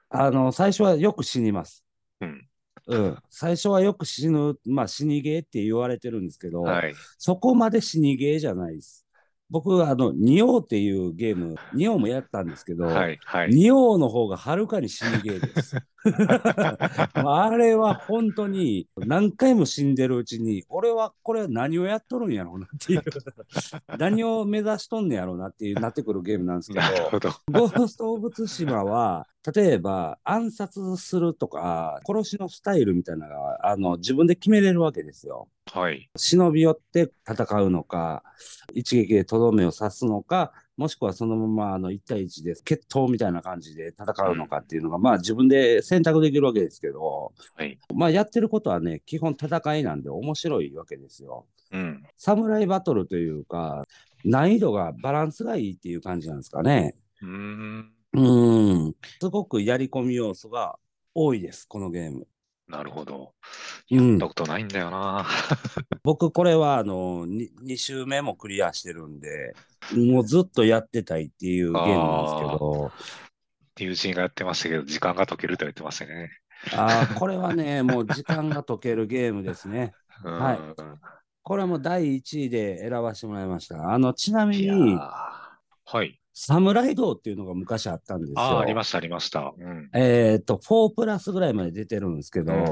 Speaker 2: あの、最初はよく死にます。
Speaker 1: うん。
Speaker 2: うん。最初はよく死ぬ、まあ死にゲーって言われてるんですけど、
Speaker 1: はい。
Speaker 2: そこまで死にゲーじゃないです。僕、あの、仁王っていうゲーム、仁王もやったんですけど、
Speaker 1: はい。はい。
Speaker 2: 仁王の方がはるかに死にゲー です。まああれは本当に何回も死んでるうちに、俺はこれは何をやっとるんやろう なっていう、何を目指しとんねやろうなっていうなってくるゲームなんですけ
Speaker 1: なるほ
Speaker 2: ど、
Speaker 1: ど。
Speaker 2: ゴースト・オブ・ツシマは、例えば暗殺するとか、殺しのスタイルみたいなのがあの自分で決めれるわけですよ。
Speaker 1: はい。
Speaker 2: 忍び寄って戦うのか、一撃でとどめを刺すのか、もしくはそのままあの1対1で決闘みたいな感じで戦うのかっていうのが、まあ自分で選択できるわけですけど、
Speaker 1: はい
Speaker 2: まあやってることはね、基本戦いなんで面白いわけですよ。
Speaker 1: うん。
Speaker 2: サムライバトルというか、難易度がバランスがいいっていう感じなんですかね。
Speaker 1: うーん。
Speaker 2: うん。すごくやり込み要素が多いです、このゲーム。
Speaker 1: なるほど。
Speaker 2: う
Speaker 1: や
Speaker 2: ん
Speaker 1: ったことないんだよな。
Speaker 2: 僕これはあの 2, 週目もクリアしてるんでもうずっとやってたいっていうゲームなんですけど
Speaker 1: 友人がやってましたけど、時間が解けると言ってましたね。
Speaker 2: あーこれはねもう時間が解けるゲームですね
Speaker 1: うん。
Speaker 2: はいこれはもう第1位で選ばせてもらいましたあのちなみ
Speaker 1: いや
Speaker 2: に
Speaker 1: ーはい。
Speaker 2: サムライドっていうのが昔あったんですよ。
Speaker 1: ああ、ありました、ありました。うん。
Speaker 2: えっ、と、4プラスぐらいまで出てるんですけど、
Speaker 1: うん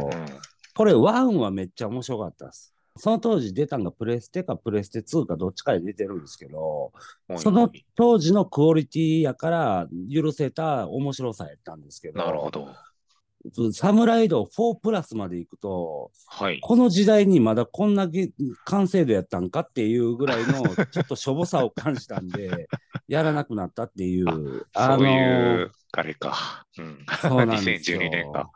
Speaker 2: これ1はめっちゃ面白かったです。その当時出たのがプレステかプレステ2かどっちかで出てるんですけど、
Speaker 1: うん
Speaker 2: その当時のクオリティやから許せた面白さやったんですけど、
Speaker 1: なるほど。
Speaker 2: サムライド4プラスまで行くと、
Speaker 1: はい。
Speaker 2: この時代にまだこんなげ完成度やったんかっていうぐらい のちょっとしょぼさを感じたんで、やらなくなったっていう。
Speaker 1: そうい
Speaker 2: の
Speaker 1: う、あれか。うん。
Speaker 2: そうなんですよ
Speaker 1: 2012年か。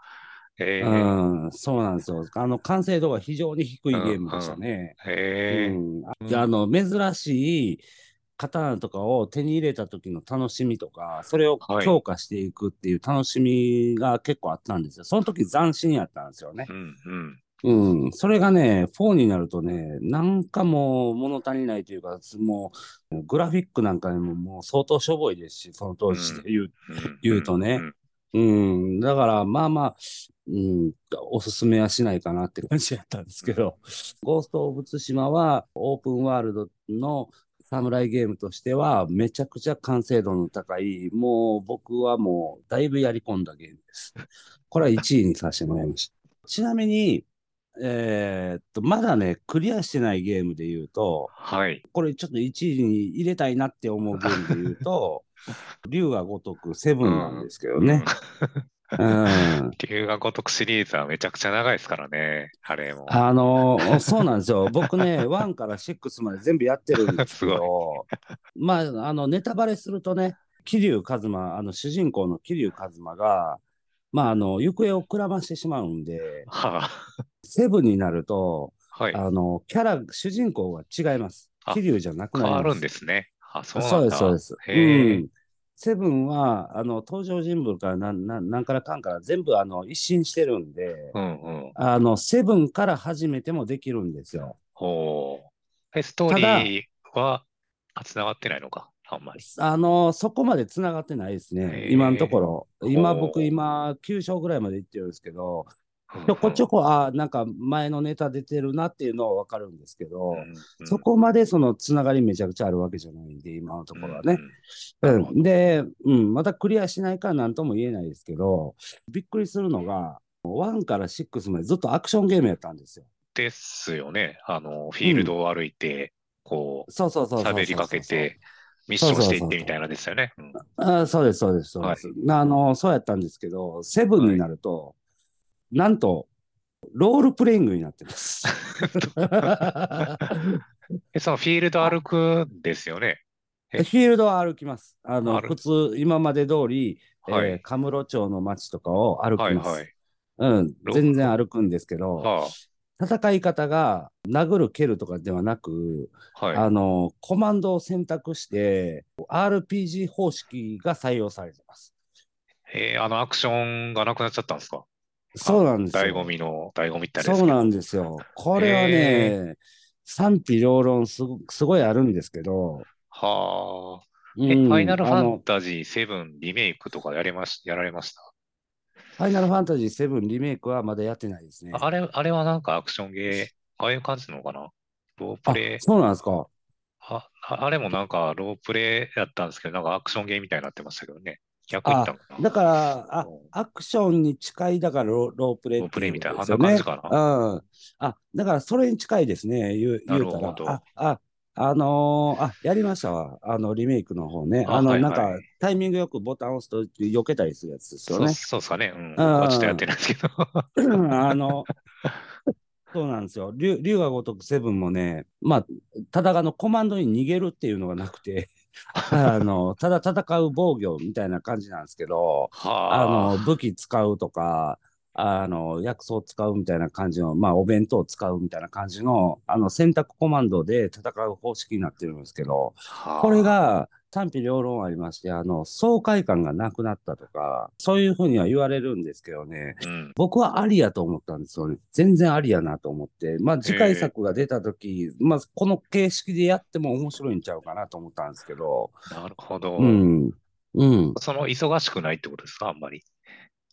Speaker 1: えー
Speaker 2: うん、そうなんですよ。あの、完成度が非常に低いゲームでしたね。
Speaker 1: へー
Speaker 2: うんあ
Speaker 1: うん
Speaker 2: であの、珍しい刀とかを手に入れた時の楽しみとか、それを
Speaker 1: はい
Speaker 2: 強化していくっていう楽しみが結構あったんですよ。その時斬新やったんですよね。
Speaker 1: うんうん。
Speaker 2: うん、それがね、4になるとね、なんかもう物足りないというか、もうグラフィックなんかにももう相当しょぼいですし、その当時で言う。
Speaker 1: うん
Speaker 2: 言うとね。うん、だからまあまあ、うん、おすすめはしないかなって感じやったんですけど、ゴースト・オブ・ツシマはオープンワールドの侍ゲームとしては、めちゃくちゃ完成度の高い、もう僕はもうだいぶやり込んだゲームです。これは1位にさせてもらいました。ちなみに、えーっと、まだね、クリアしてないゲームで言うと、
Speaker 1: はい。
Speaker 2: これちょっと1位に入れたいなって思うゲームで言うと、竜が如くセブンなんですけどね。うん
Speaker 1: 龍が如くシリーズはめちゃくちゃ長いですからね、あれも。
Speaker 2: あのーそうなんで すよ。僕ね、1から6まで全部やってるんですけど、まあ、あの、ネタバレするとね、桐生一馬、あの、主人公の桐生一馬が、まあ、あの、行方をくらましてしまうんで、
Speaker 1: は
Speaker 2: セブンになると、
Speaker 1: あ、はい。
Speaker 2: あの、キャラ、主人公が違います。
Speaker 1: あ
Speaker 2: 桐生じゃなく
Speaker 1: 変
Speaker 2: なります。
Speaker 1: わるんですね。あ、そうなんだ。
Speaker 2: そうです、そうです。う
Speaker 1: へえ
Speaker 2: ん。セブンは、あの、登場人物からなん、なん、なんからかんから全部、あの、一新してるんで、
Speaker 1: うんうん。
Speaker 2: あの、セブンから始めてもできるんですよ。
Speaker 1: ほう。え、ストーリーは、あ、繋がってないのか、あんまり。
Speaker 2: あのそこまでつながってないですね
Speaker 1: へ、ー
Speaker 2: 今のところ。今、
Speaker 1: ほう
Speaker 2: 僕、今、9章ぐらいまで行ってるんですけ
Speaker 1: うん
Speaker 2: ど、
Speaker 1: うん
Speaker 2: ちょこちょこ、あーなんか前のネタ出てるなっていうのは分かるんですけど、
Speaker 1: うんうん
Speaker 2: そこまでそのつながりめちゃくちゃあるわけじゃないんで、今のところはね。。
Speaker 1: うんうん
Speaker 2: うん、で、うん、またクリアしないからなんとも言えないですけど、びっくりするのが、1から6までずっとアクションゲームやったんですよ。
Speaker 1: ですよね。あの、フィールドを歩いて、こう、
Speaker 2: そうそうそうそうそうそう。
Speaker 1: 喋りかけて、ミッションしていってみたいなんですよね。うん
Speaker 2: あそうです、そうです、そうです、あの。そうやったんですけど、セブンになると、なんと、ロールプレイングになってます。フ
Speaker 1: え、そのフィールド歩くんですよね。
Speaker 2: ィールドを歩きます。あの、
Speaker 1: ある
Speaker 2: 普通、今まで通り、
Speaker 1: はい
Speaker 2: えーカムロ町の街とかを歩き
Speaker 1: はい
Speaker 2: ます。
Speaker 1: はい。
Speaker 2: うん、全然歩くんですけど、
Speaker 1: は
Speaker 2: 戦い方が殴る、蹴るとかではなく、
Speaker 1: あ、はい。
Speaker 2: あの、コマンドを選択して、RPG 方式が採用されてます。
Speaker 1: えーあのアクションがなくなっちゃったんですか
Speaker 2: そうなんですよ。
Speaker 1: 醍醐味の、醍醐味ってあれです
Speaker 2: そう
Speaker 1: けど
Speaker 2: なんですよ。これはね、賛否両論すごすごいあるんですけど、
Speaker 1: はあ。
Speaker 2: うん
Speaker 1: え、ファイナルフ
Speaker 2: あ
Speaker 1: ァ
Speaker 2: の
Speaker 1: ンタジー7リメイクとかやれまし、やられました。
Speaker 2: ファイナルファンタジー7リメイクはまだやってないですね。
Speaker 1: あれ、あれはなんかアクションゲー、ああいう感じなのかなロープ
Speaker 2: あ
Speaker 1: レイ。
Speaker 2: そうなんですか。
Speaker 1: あ、ああれもなんかロープレイやったんですけど、なんかアクションゲーみたいになってましたけどね。逆行ったのかな
Speaker 2: だから、あ
Speaker 1: うん
Speaker 2: アクションに近い、だからロロープレイ
Speaker 1: ロープレイみたいな、
Speaker 2: っ
Speaker 1: あん
Speaker 2: てう
Speaker 1: な感
Speaker 2: ことで
Speaker 1: じ
Speaker 2: すよね
Speaker 1: かな。
Speaker 2: うん。あ、だからそれに近いですね、言う言うた
Speaker 1: なる
Speaker 2: ら
Speaker 1: ほ。ど
Speaker 2: あ、あ、あのーあ、やりましたわ。あの、リメイクの方ね。
Speaker 1: あ
Speaker 2: あの、
Speaker 1: はい
Speaker 2: なんか
Speaker 1: はい、
Speaker 2: タイミングよくボタンを押すと避けたりするやつですよ
Speaker 1: そう
Speaker 2: ね。
Speaker 1: そうですかね。うん。僕はちょっとやってないですけ ど。
Speaker 2: うんあの、そうなんですよ。竜竜が如くセブンもね、まあ、ただあのコマンドに逃げるっていうのがなくて、あの、ただ戦う防御みたいな感じなんですけど、あ
Speaker 1: は
Speaker 2: の、武器使うとか、あの、薬草使うみたいな感じの、まあ、お弁当使うみたいな感じの、あの、選択コマンドで戦う方式になってるんですけど、
Speaker 1: あ
Speaker 2: これ、が賛否両論ありまして、あの、爽快感がなくなったとか、そういうふうには言われるんですけどね、
Speaker 1: うん。
Speaker 2: 僕はありやと思ったんですよね。全然ありやなと思って。まあ次回作が出た時、まあこの形式でやっても面白いんちゃうかなと思ったんですけど。
Speaker 1: なるほど
Speaker 2: う。ん。うん。
Speaker 1: その忙しくないってことですか、あんまり。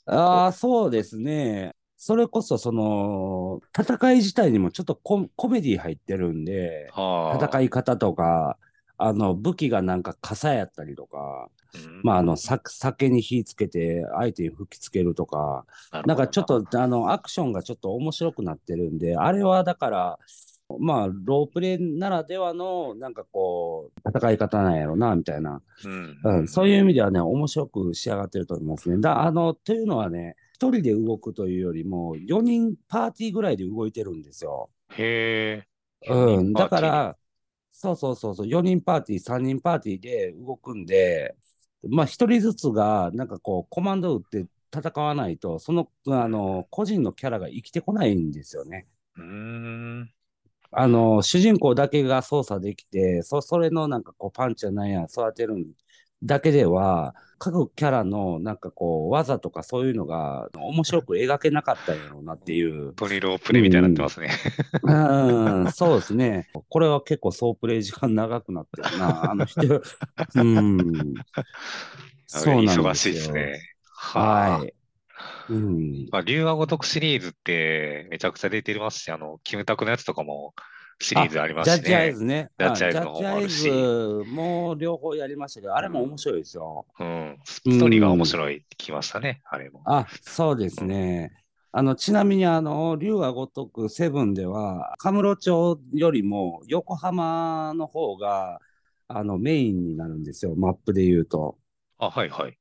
Speaker 2: ああ、そうですね。それこそその、戦い自体にもちょっとココメディ入ってるんで、
Speaker 1: はあ。
Speaker 2: 戦い方とか、あの、武器がなんか傘やったりとか、
Speaker 1: うん
Speaker 2: まあ、あの、さ酒に火つけて相手に吹きつけるとか、なんかちょっ、と、あの、アクションがちょっと面白くなってるんで、あれはだから、まあ、ロープレイならではの、なんかこう、戦い方なんやろな、みたいな。
Speaker 1: なるほどな
Speaker 2: うん、そういうう意味ではね、面白く仕上がってると思いますね。だあのというのはね、一人で動くというよりも、4人パーティーぐらいで動いてるんですよ。
Speaker 1: ん。へえ。
Speaker 2: うん、だから、そうそうそうそう、4人パーティー、3人パーティーで動くんで、まあ、一人ずつが、なんかこう、コマンド打って戦わないと、その、あの、個人のキャラが生きてこないんですよね。
Speaker 1: パーティー。うーん。
Speaker 2: あの、主人公だけが操作できて、そ、それのなんかこう、パンチやなんや育てるんだけでは、各キャラのなんかこう、技とかそういうのが面白く描けなかったんやろうなっていう。
Speaker 1: トニロープレイみたいになってますね。
Speaker 2: うん、そうですね。これは結構総プレイ時間長くなってる な、あの人。うん。そうなんですよ。
Speaker 1: 忙しいですね。は。
Speaker 2: はいい。うん。
Speaker 1: まあ、竜話ごとくシリーズってめちゃくちゃ出てますし、あの、キムタクのやつとかもシリーズありま
Speaker 2: ジャ
Speaker 1: す
Speaker 2: ッ
Speaker 1: し
Speaker 2: ジアイ
Speaker 1: ね。
Speaker 2: ズね。
Speaker 1: ジャッジアイズの
Speaker 2: あ
Speaker 1: 方もあるし
Speaker 2: ジャッジアイズも両方やりましたけど、あれも面白いですよ。
Speaker 1: うん。ストーリーが面白いって聞きましたね、あれも。
Speaker 2: あ、そうですね。あの、ちなみに、あの、竜が如くセブンでは、カムロ町よりも横浜の方が、あの、メインになるんですよ。マップで言うと。
Speaker 1: あ、はいはい。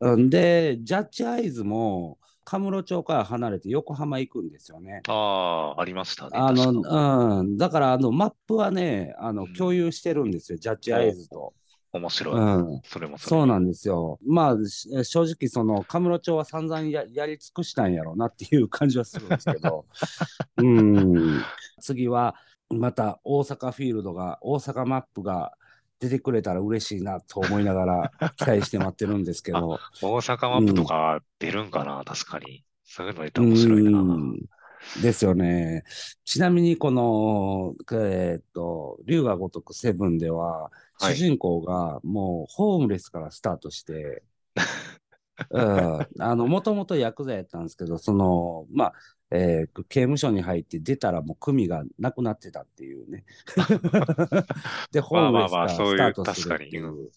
Speaker 2: うんで、ジャッジアイズも、カムロ町から離れて横浜行くんですよね。
Speaker 1: ああ、ありましたね。
Speaker 2: あ
Speaker 1: 確か
Speaker 2: の、うん。だから、あの、マップはね、あ
Speaker 1: う
Speaker 2: の
Speaker 1: ん、
Speaker 2: 共有してるんですよ。ジャッジアイズと。
Speaker 1: 面
Speaker 2: う
Speaker 1: 白い。
Speaker 2: ん。
Speaker 1: それも
Speaker 2: そ
Speaker 1: れ
Speaker 2: うなんですよ。まあ、し正直、その、カムロ町は散々ややり尽くしたんやろうなっていう感じはするんです けど、うん。次は、また大阪フィールドが、大阪マップが出てくれたら嬉しいなと思いながら期待して待ってるんですけど、
Speaker 1: 大阪マップとか出るんかな、確かに。そういうの出たら面白いな。
Speaker 2: うんですよね。ちなみに、この、えーっと、龍が如くセブンでは、
Speaker 1: はい
Speaker 2: 主人公がもうホームレスからスター トして、うん、あの、もともとヤクザやったんですけど、その、まあ、えー刑務所に入って出たらもう組がなくなってたっていう ね。で、ホームレスからスタートするってい
Speaker 1: まあまあまあそう
Speaker 2: う。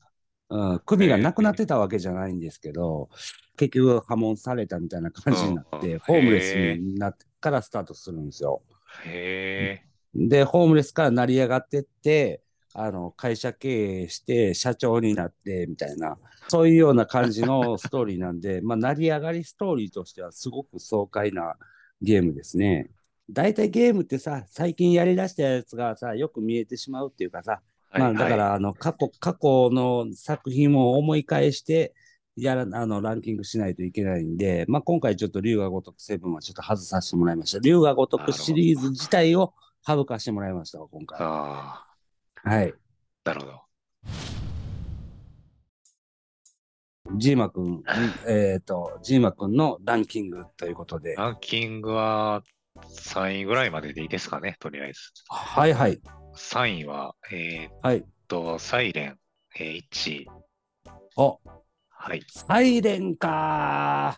Speaker 2: うん、組がなくなってたわけじゃないんですけど、結局破門されたみたいな感じになって、
Speaker 1: うん
Speaker 2: ホームレスになってからスタートするんですよ。
Speaker 1: へえ。
Speaker 2: で、ホームレスから成り上がってって、あの、会社経営して、社長になって、みたいな、そういうような感じのストーリーなんで、 まあ、成り上がりストーリーとしてはすごく爽快なゲームですね。大体ゲームってさ、最近やりだしたやつがさ、よく見えてしまうっていうかさ、まあ、だか
Speaker 1: はい
Speaker 2: ら、あの、過去、過去の作品を思い返して、やら、あの、ランキングしないといけないんで、まあ、今回ちょっと竜が如くセブンはちょっと外させてもらいました。竜が如くシリーズ自体を省かしてもらいましたわ、今回。
Speaker 1: ああ、
Speaker 2: はい。
Speaker 1: なるほど。
Speaker 2: ジーマくん、えっ、と、ジーマくんのランキングということで。
Speaker 1: ランキングは3位ぐらいまででいいですかね、とりあえず。
Speaker 2: はいはい。
Speaker 1: 3位は、えーっ
Speaker 2: はい。
Speaker 1: と、サイレン、えー1位。
Speaker 2: あ、
Speaker 1: はい。
Speaker 2: サイレンか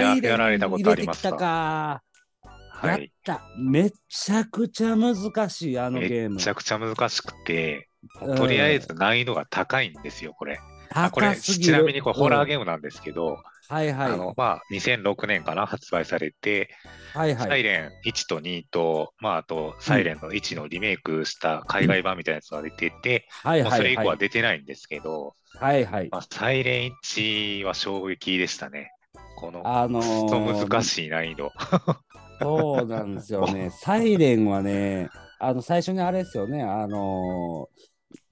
Speaker 1: や
Speaker 2: サイレン
Speaker 1: やられたことありますか
Speaker 2: 入れてきたか
Speaker 1: は
Speaker 2: ーやっ
Speaker 1: い。
Speaker 2: た。めちゃくちゃ難しい、あのゲーム。
Speaker 1: めちゃくちゃ難しくて、
Speaker 2: うん
Speaker 1: とりあえず難易度が高いんですよ、これ。あこれ、
Speaker 2: 高すぎ
Speaker 1: ち
Speaker 2: る
Speaker 1: なみにこれホラー
Speaker 2: ー
Speaker 1: ゲームなんですけど、
Speaker 2: はいはい
Speaker 1: あの、まあ、2006年かな、発売されて、
Speaker 2: はいは
Speaker 1: サイ
Speaker 2: い。
Speaker 1: レン1と2と、まあ、あと、サイレンの1のリメイクした海外版みたいなやつが出てて、
Speaker 2: はい
Speaker 1: まあ、
Speaker 2: は
Speaker 1: それ以
Speaker 2: い
Speaker 1: 降
Speaker 2: は。
Speaker 1: はい出てないんですけど、
Speaker 2: はいはい。
Speaker 1: まあ、サイレン1は衝撃でしたね。この、
Speaker 2: あの
Speaker 1: クソ
Speaker 2: ー、
Speaker 1: 難しい難易度。
Speaker 2: そうなんですよ ね。サイレンはね、あの、最初にあれですよね、あのー、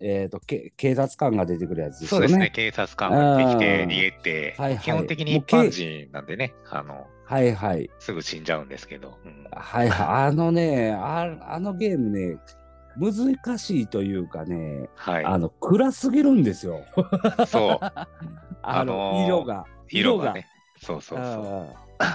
Speaker 2: えっと、け警察官が出てくるやつです
Speaker 1: そう
Speaker 2: よ
Speaker 1: で
Speaker 2: ね。
Speaker 1: すね、警察官が来て逃
Speaker 2: うん
Speaker 1: げて、
Speaker 2: はいはい
Speaker 1: 基本的に
Speaker 2: も
Speaker 1: 一
Speaker 2: うけ
Speaker 1: 般人なんでね、あの、
Speaker 2: はいはい。
Speaker 1: すぐ死んじゃうんですけど。うん
Speaker 2: はい はい。あのね、ああのゲームね、難しいというかね、あ
Speaker 1: は
Speaker 2: の、暗すぎるんですよ。
Speaker 1: い。そう、
Speaker 2: あ
Speaker 1: あのー
Speaker 2: の、 色が。
Speaker 1: 色がね。そうそうそう。
Speaker 2: うん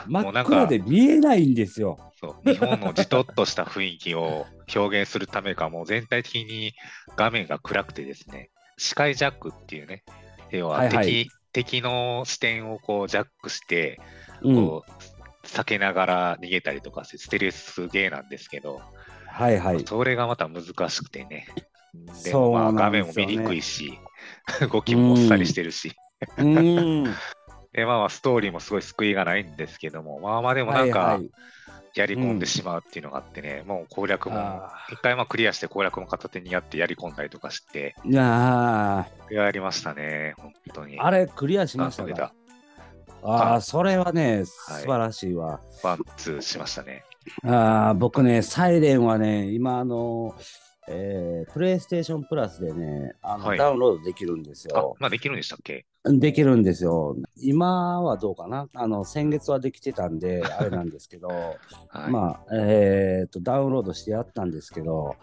Speaker 1: もう
Speaker 2: 真
Speaker 1: な
Speaker 2: っ
Speaker 1: んか
Speaker 2: 暗で見えないんですよ。
Speaker 1: そう日本のじとっとした雰囲気を表現するためか、もう全体的に画面が暗くてですね、視界ジャックっていうね、要は敵,、
Speaker 2: はいはい
Speaker 1: 敵の視点をこうジャックして、
Speaker 2: うん。
Speaker 1: こう、避けながら逃げたりとかして、ステレスゲーなんですけど、
Speaker 2: はいはい。
Speaker 1: それがまた難しくてね、でもま
Speaker 2: そ
Speaker 1: あ
Speaker 2: うな
Speaker 1: 画
Speaker 2: んですよね
Speaker 1: 面も見にくいし、 動きももっさりしてるし、
Speaker 2: うん。
Speaker 1: でまあまあストーリーもすごい救いがないんですけども、まあまあでもなん
Speaker 2: は
Speaker 1: か
Speaker 2: いはい
Speaker 1: やり込んでしまうっていうのがあってね、もう攻略も、
Speaker 2: あ
Speaker 1: 一回まあクリアして攻略も片手にやってやり込んだりとかして、
Speaker 2: ーいや
Speaker 1: やりましたね、本当に。
Speaker 2: ーあれクリアし
Speaker 1: あ
Speaker 2: ま
Speaker 1: そ
Speaker 2: した
Speaker 1: れ
Speaker 2: か
Speaker 1: だ。
Speaker 2: あ
Speaker 1: あ
Speaker 2: あ、それはね、素晴らしいわ。
Speaker 1: ワン、ツーしましたね。
Speaker 2: ああ、僕ね、サイレンはね、今、あの、えー、プレイステーションプラスでね、あの
Speaker 1: はい
Speaker 2: ダウンロードできるんです
Speaker 1: あ
Speaker 2: よ。、
Speaker 1: まあできるんでしたっけ
Speaker 2: できるんですよ。今はどうかなあの、先月はできてた んで、あれなんですけど、
Speaker 1: はい。
Speaker 2: まあ、えっと、ダウンロードしてやったんですけど、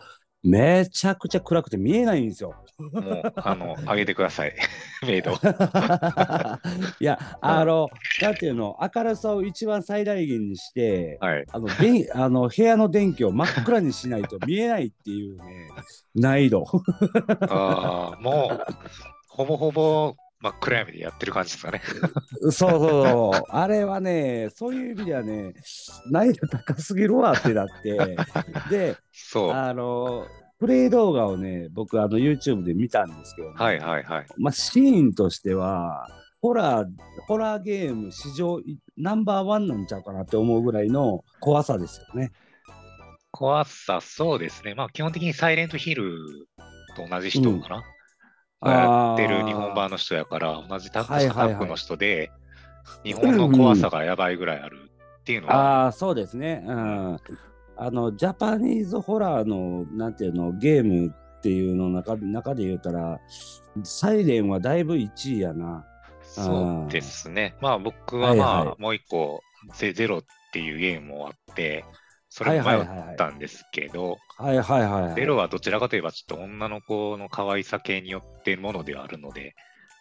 Speaker 2: めちゃくちゃ暗くて見えないんですよ。
Speaker 1: もう、あの、上げてください。 メイ ド。
Speaker 2: いや、あの、なんていうの、明るさを一番最大限にして、
Speaker 1: はい。
Speaker 2: あのでんあの部屋の電気を真っ暗にしないと見えないっていうね、難易度。
Speaker 1: ああ、もう、ほぼほぼ、まあ、暗闇でやってる感じですかね。
Speaker 2: そうそうそう、あれはね、そういう意味ではね、難易度高すぎるわってな って、で、
Speaker 1: そう。は
Speaker 2: あの、プレイ動画をね、僕、あの YouTube で見たんですけどね、
Speaker 1: いはいはい。
Speaker 2: まあ、シーンとしては、ホラー、ホラーゲーム史上いナンバーワンなんちゃうかなって思うぐらいの怖さですよね。
Speaker 1: 怖さ、そうですね。まあ、基本的にサイレントヒルと同じ人かな。やってる日本版の人やから、同じタッ
Speaker 2: はい
Speaker 1: グ
Speaker 2: はいは
Speaker 1: タ
Speaker 2: い
Speaker 1: ッグの人で、日本の怖さがやばいぐらいあるっていうのは、
Speaker 2: あ あ、そうですね。うん。あの、ジャパニーズホラーの、なんていうの、ゲームっていうの中中で言うたら、サイレンはだいぶ1位やな。
Speaker 1: そうですね。まあ、僕は
Speaker 2: はい
Speaker 1: ま
Speaker 2: は
Speaker 1: あ、もう一個、ゼゼロっていうゲームもあって、そ
Speaker 2: はい
Speaker 1: れも
Speaker 2: はい
Speaker 1: 迷
Speaker 2: はい
Speaker 1: っ
Speaker 2: はい。
Speaker 1: たんですけど、
Speaker 2: はいはいはいはい。
Speaker 1: ゼロはどちらかといえば、ちょっと女の子の可愛さ系によってものではあるので、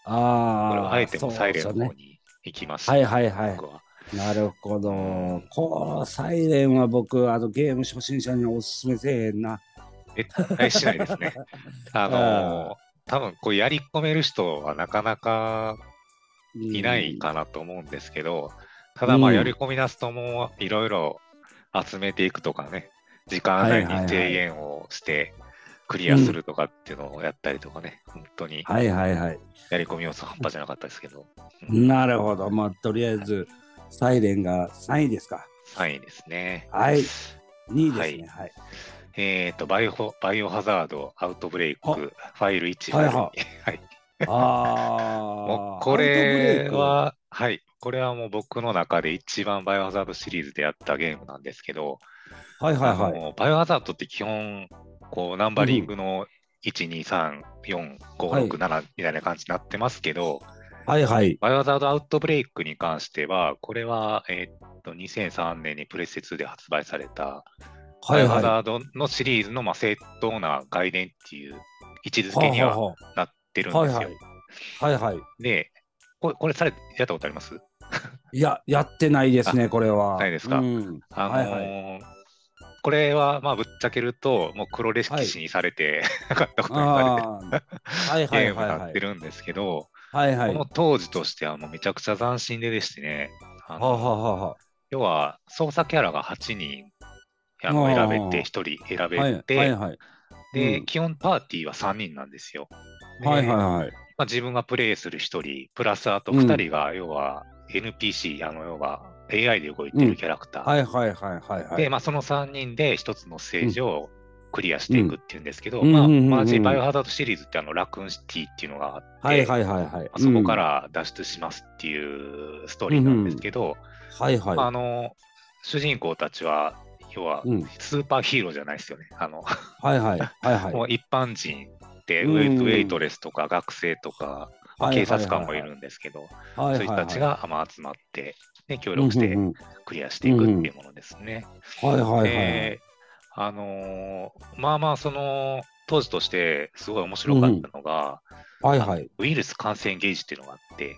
Speaker 1: これ
Speaker 2: あ
Speaker 1: は
Speaker 2: あ、
Speaker 1: あえてもうサイレン
Speaker 2: そ
Speaker 1: の
Speaker 2: うです
Speaker 1: 方
Speaker 2: ね。
Speaker 1: に行きました、
Speaker 2: はいはいはい
Speaker 1: 僕は。
Speaker 2: なるほど。こう、サイレンは僕、あの、ゲーム初心者におすすめせえへんな。
Speaker 1: 絶対しないです ね。あのー多分こうやり込める人はなかなか
Speaker 2: うん
Speaker 1: いない。かなと思うんですけど、ただまあ
Speaker 2: うん
Speaker 1: やり込み出すともういろいろ集めていくとかね、時間
Speaker 2: はい
Speaker 1: 内
Speaker 2: はいはい
Speaker 1: に制限をしてクリアするとかっていうのをやったりとかね、本当に
Speaker 2: はいはいはい。
Speaker 1: やり込み要素半端じゃなかったですけど、
Speaker 2: なるほど。まあ、とりあえず、サイレンが3位ですか。
Speaker 1: 3位ですね。
Speaker 2: はい。2位ですね。はい。
Speaker 1: えっ、とバイオ、バイオハザード、アウトブレイク、
Speaker 2: あ
Speaker 1: ファイル1、
Speaker 2: はいはい
Speaker 1: ファイル2はい
Speaker 2: あ
Speaker 1: もう
Speaker 2: あ。
Speaker 1: これは、はい、これはもう僕の中で一番バイオハザードシリーズでやったゲームなんですけど、
Speaker 2: アウトブレイク、はいはいはい。
Speaker 1: もうバイオハザードって基本、こうナンバリングの1、2、3、4、
Speaker 2: はい
Speaker 1: 5、6、7みたいな感じになってますけど、
Speaker 2: はいはい。
Speaker 1: バイオハザードアウトブレイクに関しては、これは、えーっと2003年にプレステ2で発売された、
Speaker 2: はい
Speaker 1: バイオハ
Speaker 2: は
Speaker 1: ザードのシリーズの、まあ、正当な外伝っていう位置
Speaker 2: い。
Speaker 1: づけには
Speaker 2: は
Speaker 1: なってるん
Speaker 2: は
Speaker 1: ですよ。
Speaker 2: はいはい。はいはい。
Speaker 1: で、これ、これされやったことあります
Speaker 2: いや、やってないですね、これは。
Speaker 1: ないですか
Speaker 2: うん
Speaker 1: あのー
Speaker 2: はいはい。
Speaker 1: これはまあぶっちゃけると、もう黒歴
Speaker 2: はい
Speaker 1: 史にされて、なかったことにされて、
Speaker 2: ああ。はいはい
Speaker 1: ゲーム
Speaker 2: は
Speaker 1: に
Speaker 2: い
Speaker 1: な
Speaker 2: は
Speaker 1: って
Speaker 2: い。
Speaker 1: るんですけど、
Speaker 2: はいはい。
Speaker 1: この
Speaker 2: は
Speaker 1: 当時としてはもうめちゃくちゃ斬新ででしてね、あ
Speaker 2: あは
Speaker 1: の
Speaker 2: あはあは
Speaker 1: 要は操作キャラが8人あ
Speaker 2: あ
Speaker 1: の
Speaker 2: ー
Speaker 1: 選べて、1人選
Speaker 2: あ。はい
Speaker 1: べ
Speaker 2: はい
Speaker 1: て、
Speaker 2: はい。う
Speaker 1: で
Speaker 2: ん
Speaker 1: 基本パーティーは3人なんですよ。で
Speaker 2: はいはいはい。
Speaker 1: まあ、自分がプレイする1人、プラスあと2人が要は NPC、あの要は AI で動いて
Speaker 2: うん
Speaker 1: るキャラクター。
Speaker 2: はいはいはいはいはい。
Speaker 1: で、まあ、その3人で一つのステージをクリアしていくっていうんですけど、
Speaker 2: うん
Speaker 1: まあ、
Speaker 2: うんうんうんうん
Speaker 1: 同じバイオハザードシリーズってあのラクーンシティっていうのがあって、
Speaker 2: はいはいはいはい
Speaker 1: ま。あそこか。ら脱出しますっていうストーリーなんですけど、
Speaker 2: はいはい。
Speaker 1: あの主人公たちは、要は
Speaker 2: うん
Speaker 1: スーパーヒーローじゃないですよね。あの
Speaker 2: はいはいはい
Speaker 1: も
Speaker 2: は
Speaker 1: う 一般人で、
Speaker 2: うん
Speaker 1: ウェイウェイトレスとか学生とか、まあ
Speaker 2: はいはいはいはい
Speaker 1: 警察官もいるんですけど、
Speaker 2: い。
Speaker 1: そういう人たちがまあ集まって、ね、協
Speaker 2: うんうんうん
Speaker 1: 力してクリアしていくっていうものですね。
Speaker 2: はいはいはい。
Speaker 1: で、あのーまあまあ、その当時としてすごい面白かったのが、
Speaker 2: はいはい。
Speaker 1: ウイルス感染ゲージっていうのがあって、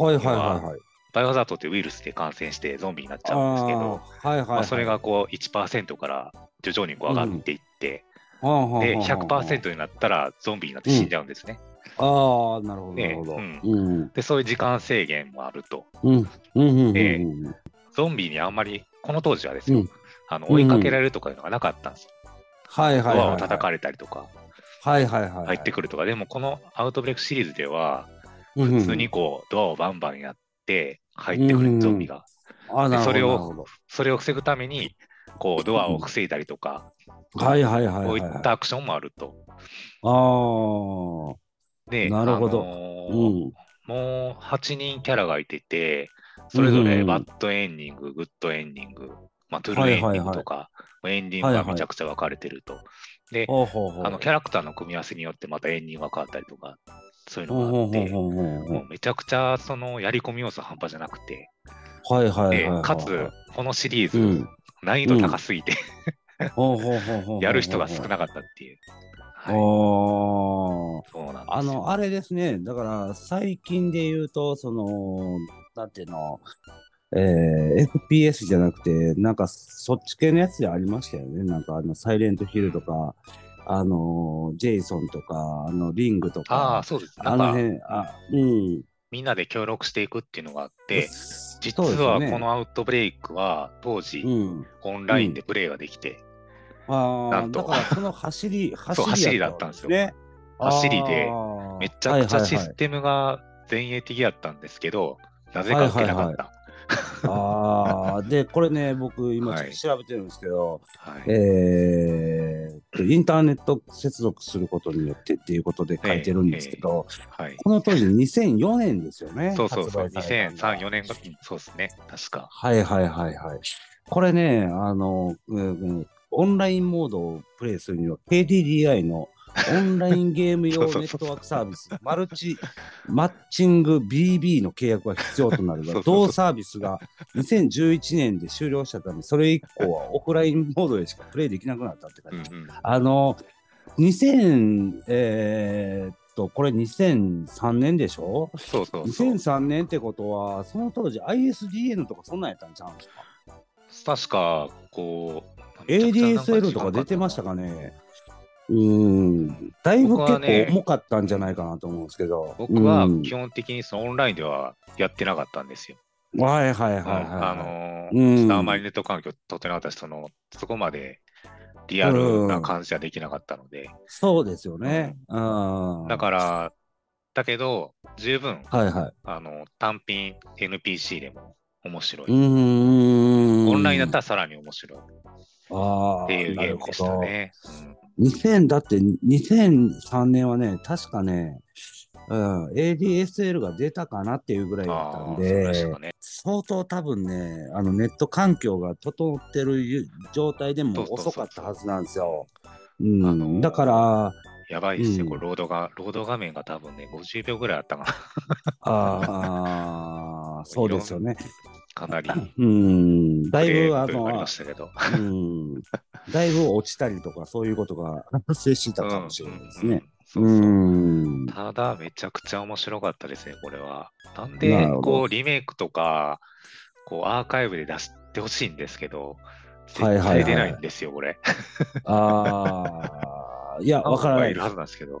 Speaker 2: はいはいはいはい。
Speaker 1: バイオハザードってウイルスで感染してゾンビになっちゃ
Speaker 2: あ
Speaker 1: うんですけど、
Speaker 2: あ。はいはい
Speaker 1: ま
Speaker 2: は
Speaker 1: あ、
Speaker 2: い。
Speaker 1: それがこう1%から徐々にこう上がっていって、で、
Speaker 2: はあはあはあはあ
Speaker 1: 100%になったらゾンビになって死んじゃうんですね。
Speaker 2: ああ、なるほど、な
Speaker 1: ね
Speaker 2: るほど。
Speaker 1: うん
Speaker 2: うん。
Speaker 1: で、そういう時間制限もあると。
Speaker 2: うん。うん。うん。
Speaker 1: で
Speaker 2: うん
Speaker 1: ゾンビにあんまり、この当時はですよ、
Speaker 2: うん
Speaker 1: あの
Speaker 2: うん
Speaker 1: 追いかけられるとかいうのがなかったんですよ。
Speaker 2: はいはいはい、
Speaker 1: ドア
Speaker 2: は
Speaker 1: を
Speaker 2: い。
Speaker 1: 叩かれたりとか。
Speaker 2: はいはいはいはい。
Speaker 1: 入ってくるとか、でもこのアウトブレイクシリーズでは、
Speaker 2: うんうん
Speaker 1: 普通にこう、ドアをバンバンやって、入ってく
Speaker 2: うん
Speaker 1: るゾンビが。
Speaker 2: あなるほど
Speaker 1: それを
Speaker 2: なるほど
Speaker 1: それを防ぐために、こう、ドアを防いだりとか、
Speaker 2: はいはいはい、はい。
Speaker 1: こういったアクションもあると。
Speaker 2: ああ。
Speaker 1: で、
Speaker 2: なるほど
Speaker 1: あのー
Speaker 2: うん。
Speaker 1: もう8人キャラがいてて、それぞ
Speaker 2: うんうんう
Speaker 1: れ
Speaker 2: ん
Speaker 1: バッドエンディング、グッドエンディング、まあ、トゥルーエンディングとか、エンディングがめちゃくちゃ分かれてると。で、
Speaker 2: ほうほうほう。
Speaker 1: あのキャラクターの組み合わせによってまたエンディングが変わったりとか、そういう
Speaker 2: ほう
Speaker 1: のがあ
Speaker 2: ほう
Speaker 1: って、
Speaker 2: ほうほうほ
Speaker 1: もうめちゃくちゃそのやり込み要素半端じゃなくて、
Speaker 2: う。はいはいはい
Speaker 1: で
Speaker 2: はいはい。
Speaker 1: かつ、このシリー
Speaker 2: う
Speaker 1: ズ
Speaker 2: ん、
Speaker 1: 難易度高すぎて、
Speaker 2: ほうほうほうほうほう。
Speaker 1: やる人が少なかったっていう。はい、
Speaker 2: ああ。
Speaker 1: そうなんですよ
Speaker 2: あの、あれですね、だから最近で言うと、その、なんていうの、えー FPS じゃなくて、なんかそっち系のやつでありましたよね、なんかあの、サイレントヒルとか、あのージェイソンとか、あの、リングと
Speaker 1: ああ、
Speaker 2: か、
Speaker 1: そうです。な
Speaker 2: あ
Speaker 1: ん
Speaker 2: の
Speaker 1: か、
Speaker 2: 辺、あ、うん。
Speaker 1: みんなで協力していくっていうのがあって、実
Speaker 2: そうですよ
Speaker 1: は
Speaker 2: ね
Speaker 1: こ、のアウトブレイクは当時、
Speaker 2: うん。
Speaker 1: オンラインでプレイができて、な
Speaker 2: ああ、
Speaker 1: んと
Speaker 2: だからその走り、
Speaker 1: そう
Speaker 2: 走り
Speaker 1: 走りだったんですよ
Speaker 2: ね。
Speaker 1: 走りで
Speaker 2: あー
Speaker 1: めちゃくちゃ
Speaker 2: はいはい
Speaker 1: シ
Speaker 2: はい
Speaker 1: ステムが前衛的やったんですけど、なぜか受けなかった。
Speaker 2: ああ、で、これね、僕、今、
Speaker 1: はい
Speaker 2: 調べてるんですけど、
Speaker 1: はい
Speaker 2: えーとインターネット接続することによってっていうことで書いてるんですけど、
Speaker 1: はい
Speaker 2: この当時2004年ですよね。
Speaker 1: そうそうそう、
Speaker 2: 発売されたの
Speaker 1: 2003、
Speaker 2: が
Speaker 1: 4年が、うんそうですね、確か。
Speaker 2: はいはいはいはい。これね、あの、うんうんオンラインモードをプレイするには KDDI のオンラインゲーム用ネットワークサービス、マルチマッチング BB の契約は必要となる
Speaker 1: そ
Speaker 2: が、
Speaker 1: うそうそう
Speaker 2: 同サービスが2011年で終了したため、それ以降はオフラインモードでしかプレイできなくなったって感
Speaker 1: う
Speaker 2: じ
Speaker 1: んうん、
Speaker 2: あの、2000、えーっと、これ2003年でしょ
Speaker 1: そうそうそう。
Speaker 2: 2003年ってことは、その当時 ISDN とかそんなんやったんちゃうんですか
Speaker 1: 確か、こう、
Speaker 2: ?ADSL とか出てましたかねうーん。だいぶ
Speaker 1: 僕
Speaker 2: 結
Speaker 1: はね
Speaker 2: 構重かったんじゃないかなと思うんですけど。
Speaker 1: 僕は
Speaker 2: うん
Speaker 1: 基本的にそのオンラインではやってなかったんですよ。
Speaker 2: はいはいはいはい。
Speaker 1: あの
Speaker 2: うん
Speaker 1: ー、ちょっとあまりネット環境とってなかったし、その、そこまでリアルな感じはできなかったので、
Speaker 2: そうですよね。うん。
Speaker 1: だから、だけど、十分、
Speaker 2: ら、はいはい。
Speaker 1: あの、単品 NPC でも面白
Speaker 2: うー
Speaker 1: い。
Speaker 2: ん。
Speaker 1: オンラインだったらさらに面白いっ
Speaker 2: あー
Speaker 1: ていう
Speaker 2: な
Speaker 1: ゲー
Speaker 2: る
Speaker 1: ム
Speaker 2: ほ
Speaker 1: で
Speaker 2: ど
Speaker 1: したね。うん
Speaker 2: 2000だって2003年はね確かね、うん、ADSL が出たかなっていうぐらいだった
Speaker 1: あ
Speaker 2: ん
Speaker 1: あ、そうで
Speaker 2: で
Speaker 1: したね。
Speaker 2: 相当多分ねあのネット環境が整ってるゆ状態で
Speaker 1: そ
Speaker 2: も
Speaker 1: うそうそう
Speaker 2: 遅
Speaker 1: そう
Speaker 2: かったはずなんですよ。
Speaker 1: あ
Speaker 2: う
Speaker 1: のー
Speaker 2: ん、だから、
Speaker 1: やばいですよ、
Speaker 2: うん
Speaker 1: これ、ロードが、ロード画面が多分ね、50秒ぐらいあったかな。
Speaker 2: あ ーそうですよね。
Speaker 1: か なり。
Speaker 2: うん、だい
Speaker 1: え
Speaker 2: ぶ
Speaker 1: ー
Speaker 2: あ
Speaker 1: というのがありま
Speaker 2: の
Speaker 1: し、たけど。
Speaker 2: うん、だいぶ落ちたりとか、そういうことが発生してたかもしれないですね。
Speaker 1: うんうんうんそうそう
Speaker 2: うん
Speaker 1: ただ、めちゃくちゃ面白かったですね、これは。なん
Speaker 2: な
Speaker 1: で
Speaker 2: るほ、ど
Speaker 1: こう、リメイクとか、こう、アーカイブで出してほしいんですけど、絶
Speaker 2: はいはいは
Speaker 1: 対
Speaker 2: い
Speaker 1: 出ないんですよ、これ。
Speaker 2: ああ、 いや、わからない
Speaker 1: るはずなんですけど。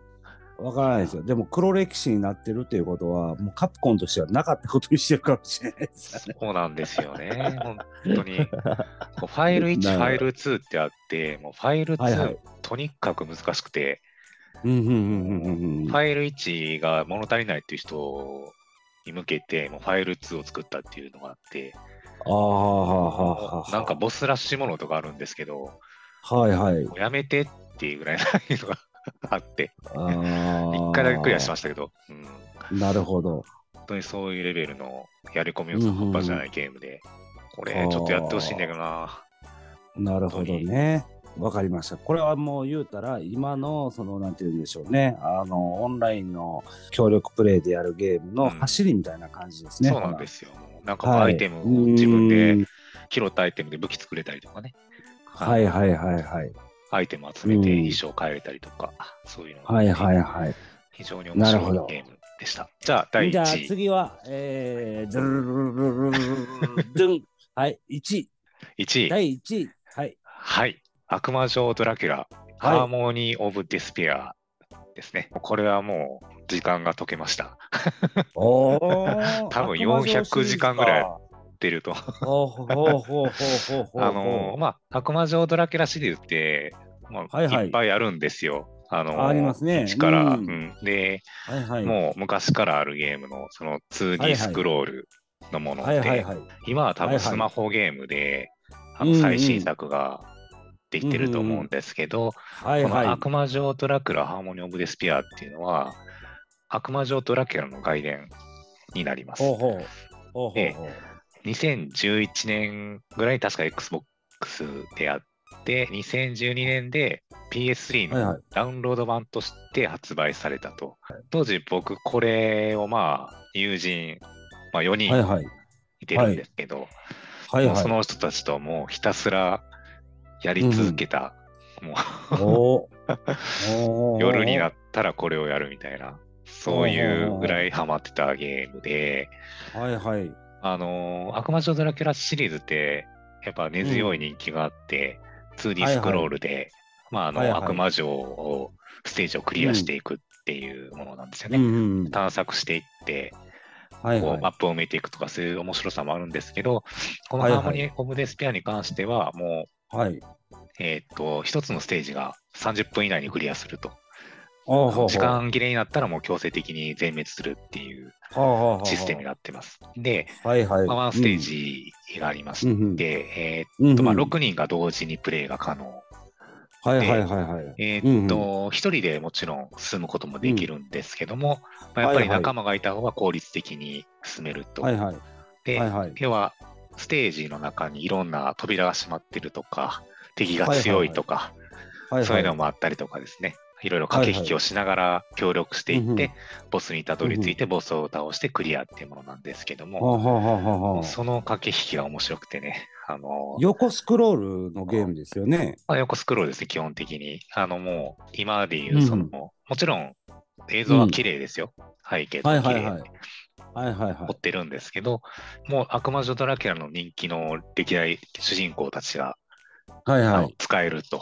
Speaker 2: わからないですよ。でも黒歴史になってるということは、もうカプコンとしてはなかったことにしてるかもしれない です。
Speaker 1: そうなんですよね、本当に。こうファイル1、 フ
Speaker 2: なるほど
Speaker 1: ァイル2ってあって、もうファイル2、
Speaker 2: はいはい
Speaker 1: とにかく難しくて、
Speaker 2: うんうんうんうんうん。
Speaker 1: ファイル1が物足りないっていう人に向けて、もうファイル2を作ったっていうのがあって、
Speaker 2: ああ、はあはあはあ。
Speaker 1: なんかボスらしいものとかあるんですけど、も
Speaker 2: はいはい。
Speaker 1: うやめてっていうぐらいないのが あって、
Speaker 2: 一
Speaker 1: 一回だけクリアしま
Speaker 2: し
Speaker 1: したけど、うん、
Speaker 2: た。なるほど。
Speaker 1: 本当にそういうレベルのやり込みを半端じゃないゲームで、これちょっとやってほしいんだけどな。
Speaker 2: なるほどね。わかりました。これはもう言うたら、今の、その、なんて言うんでしょうね。あの、オンラインの協力プレイでやるゲームの走りみたいな感じですね。。
Speaker 1: そうなんですすよ。なんかもう
Speaker 2: は
Speaker 1: ア
Speaker 2: い。
Speaker 1: イテムを自分
Speaker 2: う
Speaker 1: で
Speaker 2: ん。
Speaker 1: 拾ったアイテムで武器作れたりとかね、
Speaker 2: はいはいはいはい。
Speaker 1: アイテム集めて
Speaker 2: うん
Speaker 1: 衣装変えれたりとか、そういうのが
Speaker 2: はいはいはい。
Speaker 1: 非常に面
Speaker 2: な
Speaker 1: 白
Speaker 2: るほど
Speaker 1: いゲームでした。じゃあ第
Speaker 2: じゃあ
Speaker 1: 1位、
Speaker 2: 次は、えー、ドゥルルルルルルルドゥン。はい、1位。
Speaker 1: 1位、
Speaker 2: 第1位。はい。
Speaker 1: はい、悪魔城ドラキュラ、ハー
Speaker 2: は
Speaker 1: モニー・オブ・ディスペアですね。これはもう時間が解けました。
Speaker 2: い。おー。
Speaker 1: 多分
Speaker 2: 悪魔城シリーズか
Speaker 1: 400時間ぐらい出ると。あ
Speaker 2: ほうほうほうほうほうほうほう。
Speaker 1: のーまあ、悪魔城ドラキュラシリーズって、まあ
Speaker 2: はいはい
Speaker 1: いっぱいあるんですよ。あの
Speaker 2: ありますね
Speaker 1: 1から、
Speaker 2: うん
Speaker 1: うんで、
Speaker 2: はいはい。
Speaker 1: もう昔からあるゲームのその
Speaker 2: はいは
Speaker 1: 2D
Speaker 2: い
Speaker 1: スクロールのもの
Speaker 2: はいはい
Speaker 1: で
Speaker 2: はい。
Speaker 1: 今は多
Speaker 2: はい
Speaker 1: 分
Speaker 2: はい
Speaker 1: スマホゲームで、
Speaker 2: うん
Speaker 1: あ
Speaker 2: うん
Speaker 1: の最新作ができてると思うんですけど、
Speaker 2: はい
Speaker 1: こ
Speaker 2: はい。
Speaker 1: の「悪魔城ドラキュラハーモニー・オブ・デスピア」っていうのは悪魔城ドラキュラの外伝になります。
Speaker 2: ほうほう。ほうほう
Speaker 1: え
Speaker 2: ほう。
Speaker 1: 2011年ぐらいに確か XBOX であって2012年で PS3
Speaker 2: はいは
Speaker 1: の
Speaker 2: い
Speaker 1: ダウンロード版として発売されたと、当時僕これをまあ友人、まあ、4
Speaker 2: はい
Speaker 1: 人
Speaker 2: はい。
Speaker 1: いてるんですけど、
Speaker 2: はい
Speaker 1: もうそ
Speaker 2: は
Speaker 1: の人たちともうひたすらやり続けた、も
Speaker 2: い。お
Speaker 1: う
Speaker 2: お。
Speaker 1: 夜にな
Speaker 2: っ
Speaker 1: ったらこれをやるみたいなそういうぐらいハマってたゲームで。
Speaker 2: た。はいはい。
Speaker 1: あのー悪魔女ドラキュラシリーズって、やっぱ根強い人気があって、
Speaker 2: はい
Speaker 1: 2D
Speaker 2: はい
Speaker 1: スクロールで、まあ、あの、
Speaker 2: はいはい
Speaker 1: 悪魔城を、ステージをクリアしていくっていうものなんですよ
Speaker 2: う
Speaker 1: ね。
Speaker 2: んうん。
Speaker 1: 探索していって、
Speaker 2: はい
Speaker 1: こ
Speaker 2: は
Speaker 1: う
Speaker 2: い。
Speaker 1: マップを埋めていくとか、そういう面白さもあるんですけど、この
Speaker 2: はいは
Speaker 1: ハー
Speaker 2: い
Speaker 1: モニー・オブ・デスペアに関しては、も
Speaker 2: はい。
Speaker 1: う、えーっと、一つのステージが30分以内にクリアすると。
Speaker 2: ほうほうほう
Speaker 1: 時。間切れになったらもう強制的に全滅するっていう
Speaker 2: ほうほうほうほう
Speaker 1: システムになってます。で、
Speaker 2: はいはい。
Speaker 1: まあワンステージがありまして、
Speaker 2: うんうん。
Speaker 1: で、え
Speaker 2: うんう
Speaker 1: ーっ
Speaker 2: ん
Speaker 1: と、まあ、6人が同時にプレイが可能。
Speaker 2: はいはいはいはい。
Speaker 1: えーっと、
Speaker 2: うん
Speaker 1: 1人でもちろん進むこともできるんですけども、まあやっ
Speaker 2: は
Speaker 1: ぱ
Speaker 2: い
Speaker 1: り
Speaker 2: はい
Speaker 1: 仲間がいた方が効率的に進めると。
Speaker 2: はいはい。
Speaker 1: で、
Speaker 2: はいはい。
Speaker 1: 要は、ステージの中にいろんな扉が閉まってるとか、敵が強いとか、
Speaker 2: はいはい。
Speaker 1: そういうのもあったりとかですね。いろいろ駆け引きをしながら協力していって、
Speaker 2: うんうん
Speaker 1: ボスにたどり着いて、ボスを倒してクリアっていうものなんですけども、
Speaker 2: ほうほうほうほうほう
Speaker 1: その駆け引きが面白くてね、あの
Speaker 2: 横スクロールのゲームですよね。、
Speaker 1: まあ、横スクロールですね、基本的に。あの、もう、今までいううんその、もちろん映像は綺麗ですよ。背景と
Speaker 2: はい
Speaker 1: か
Speaker 2: は
Speaker 1: 綺
Speaker 2: いはい
Speaker 1: 麗に。
Speaker 2: はいはいは
Speaker 1: 撮ってるんですけど、もう、悪魔女ドラキュラの人気の歴代主人公たちが、
Speaker 2: い。はい
Speaker 1: あ
Speaker 2: は
Speaker 1: の
Speaker 2: い。
Speaker 1: 使えると。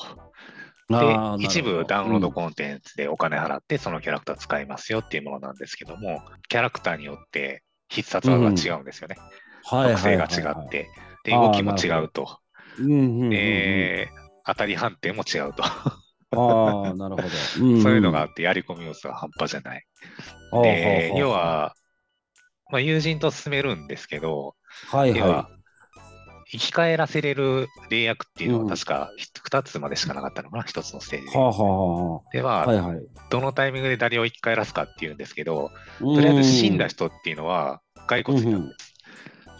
Speaker 2: あー
Speaker 1: で、一部ダウンロードコンテンツでお金払って、そのキャラクター使いますよっていうものなんですけども、キャラクターによって必殺技が違うんですよね。特性が違っ。て。で、
Speaker 2: あー
Speaker 1: 動きも違うと。
Speaker 2: うんうんうんうん。
Speaker 1: で、当たり判定も違うと。
Speaker 2: ああ、な るほど。そう
Speaker 1: そういうのがあって、やり込み要素が半端じゃない。で、要、は、まあ、友人と進めるんですけど、
Speaker 2: はい
Speaker 1: 要は
Speaker 2: は、
Speaker 1: 生き返らせれる霊薬っていうの
Speaker 2: うん
Speaker 1: は確か2つまでしかなかったのかな、1つのステージ
Speaker 2: い。
Speaker 1: で
Speaker 2: は。あはあは
Speaker 1: では、
Speaker 2: あ。はいはい。
Speaker 1: どのタイミングで誰を生き返らすかっていうんですけど、
Speaker 2: と
Speaker 1: とりあえず死んだ人っていうのは骸骨になるんです。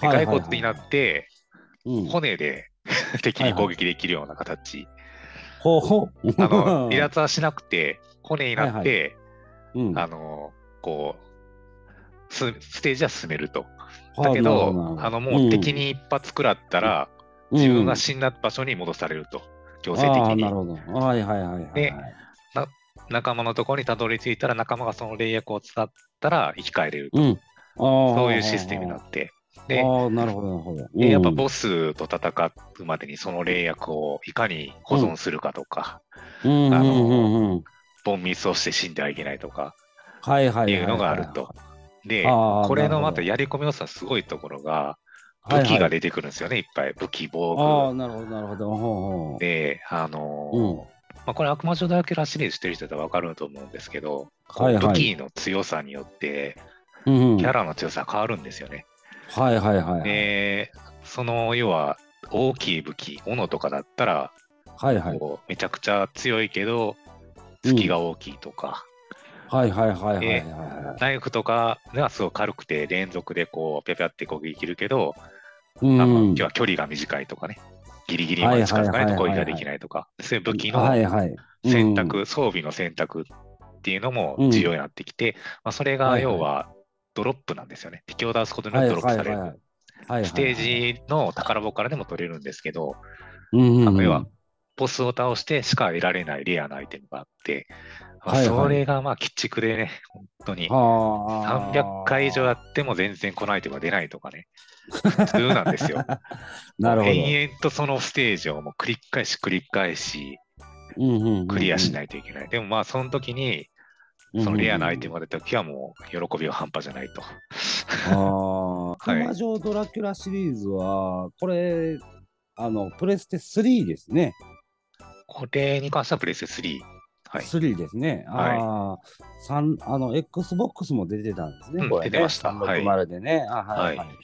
Speaker 1: で骸骨になって、骨で 敵に攻撃できるような形。
Speaker 2: ほうほう。
Speaker 1: あの、離脱はしなくて、骨になって、
Speaker 2: うん
Speaker 1: あの、こう、すステージは進めると。だけど、あの、もう敵、に一発食らったら、自分が死んだ場所に戻されると、強制的
Speaker 2: なる
Speaker 1: に。
Speaker 2: ほど。はいはいはいはい。
Speaker 1: で仲間のところにたどり着いたら、仲間がその霊薬を使ったら生き返れると。
Speaker 2: うん。
Speaker 1: そう
Speaker 2: そ
Speaker 1: いうシステムになって。
Speaker 2: あ
Speaker 1: で、
Speaker 2: あ、なるほどなるほど。
Speaker 1: でやっぱボスと戦うまでにその霊薬をいかに保存するかとか、
Speaker 2: ス、うんうん。
Speaker 1: 凡ミスをして死んではいけないとか
Speaker 2: はいはい。
Speaker 1: っていうのがあると。。で、
Speaker 2: あー
Speaker 1: これのま
Speaker 2: なるほ
Speaker 1: た
Speaker 2: ど
Speaker 1: やり込み要素のすごいところが、武器が出てくるんですよね、いっぱい。武器、
Speaker 2: あ
Speaker 1: 防
Speaker 2: あ、なるほど、なるほど。ほうほ
Speaker 1: 具。で、あのー
Speaker 2: うん
Speaker 1: まあ、これ悪魔城ドラキュラシリーズしてる人だったらわかると思うんですけど、こう
Speaker 2: はいはい
Speaker 1: 武器の強さによって、
Speaker 2: う。うん。
Speaker 1: キャラの強さが変わるんですよね。
Speaker 2: はいはいはい。
Speaker 1: で、その要は、大きい武器、斧とかだったら、
Speaker 2: はいはい。
Speaker 1: こうめちゃくちゃ強いけど隙が大きいとか、
Speaker 2: はいはいはいはいはい
Speaker 1: でナイフとかがすごい軽くて連続でこうピャピャって攻撃できるけど、
Speaker 2: はい。
Speaker 1: あの
Speaker 2: う
Speaker 1: 今
Speaker 2: ん
Speaker 1: 日は距離が短いとかねギリギリまで近づかないと攻撃ができないとか、そういう武器
Speaker 2: は
Speaker 1: の
Speaker 2: いはい。
Speaker 1: 選択、装備の選択っていうのも重要になってきて、まあ、それが要はドロップなんですよね敵を出すことによ
Speaker 2: は
Speaker 1: っ
Speaker 2: い
Speaker 1: て
Speaker 2: は
Speaker 1: ド
Speaker 2: い
Speaker 1: ロップ
Speaker 2: はい
Speaker 1: される、
Speaker 2: はい。はい
Speaker 1: ステージの宝箱からでも取れるんですけど
Speaker 2: ジ
Speaker 1: あの要はボスを倒してしか得られないレアなアイテムがあって、まあ
Speaker 2: はいはい
Speaker 1: それがまあ鬼畜でね、本当に
Speaker 2: は
Speaker 1: 300回以上やっても全然このアイテムが出ないとかね、普通なんですよ。
Speaker 2: なるほど。
Speaker 1: 延々とそのステージをもう繰り返し繰り返し
Speaker 2: うんうんうん
Speaker 1: クリアしないといけない。でもまあその時に、そのレアなアイテム。が出た時はもう喜びは半端じゃないと。
Speaker 2: ああ。
Speaker 1: はい
Speaker 2: 熊城ドラキュラシリーズは、これ、あの、プレステ3ですね。
Speaker 1: これに関してはプレステ3はい。
Speaker 2: 3ですね。
Speaker 1: はい
Speaker 2: ああ、三あの XBOX も出てたんですね。
Speaker 1: うん
Speaker 2: これね
Speaker 1: 出てましたはい
Speaker 2: 360でね。あはい、は。
Speaker 1: はい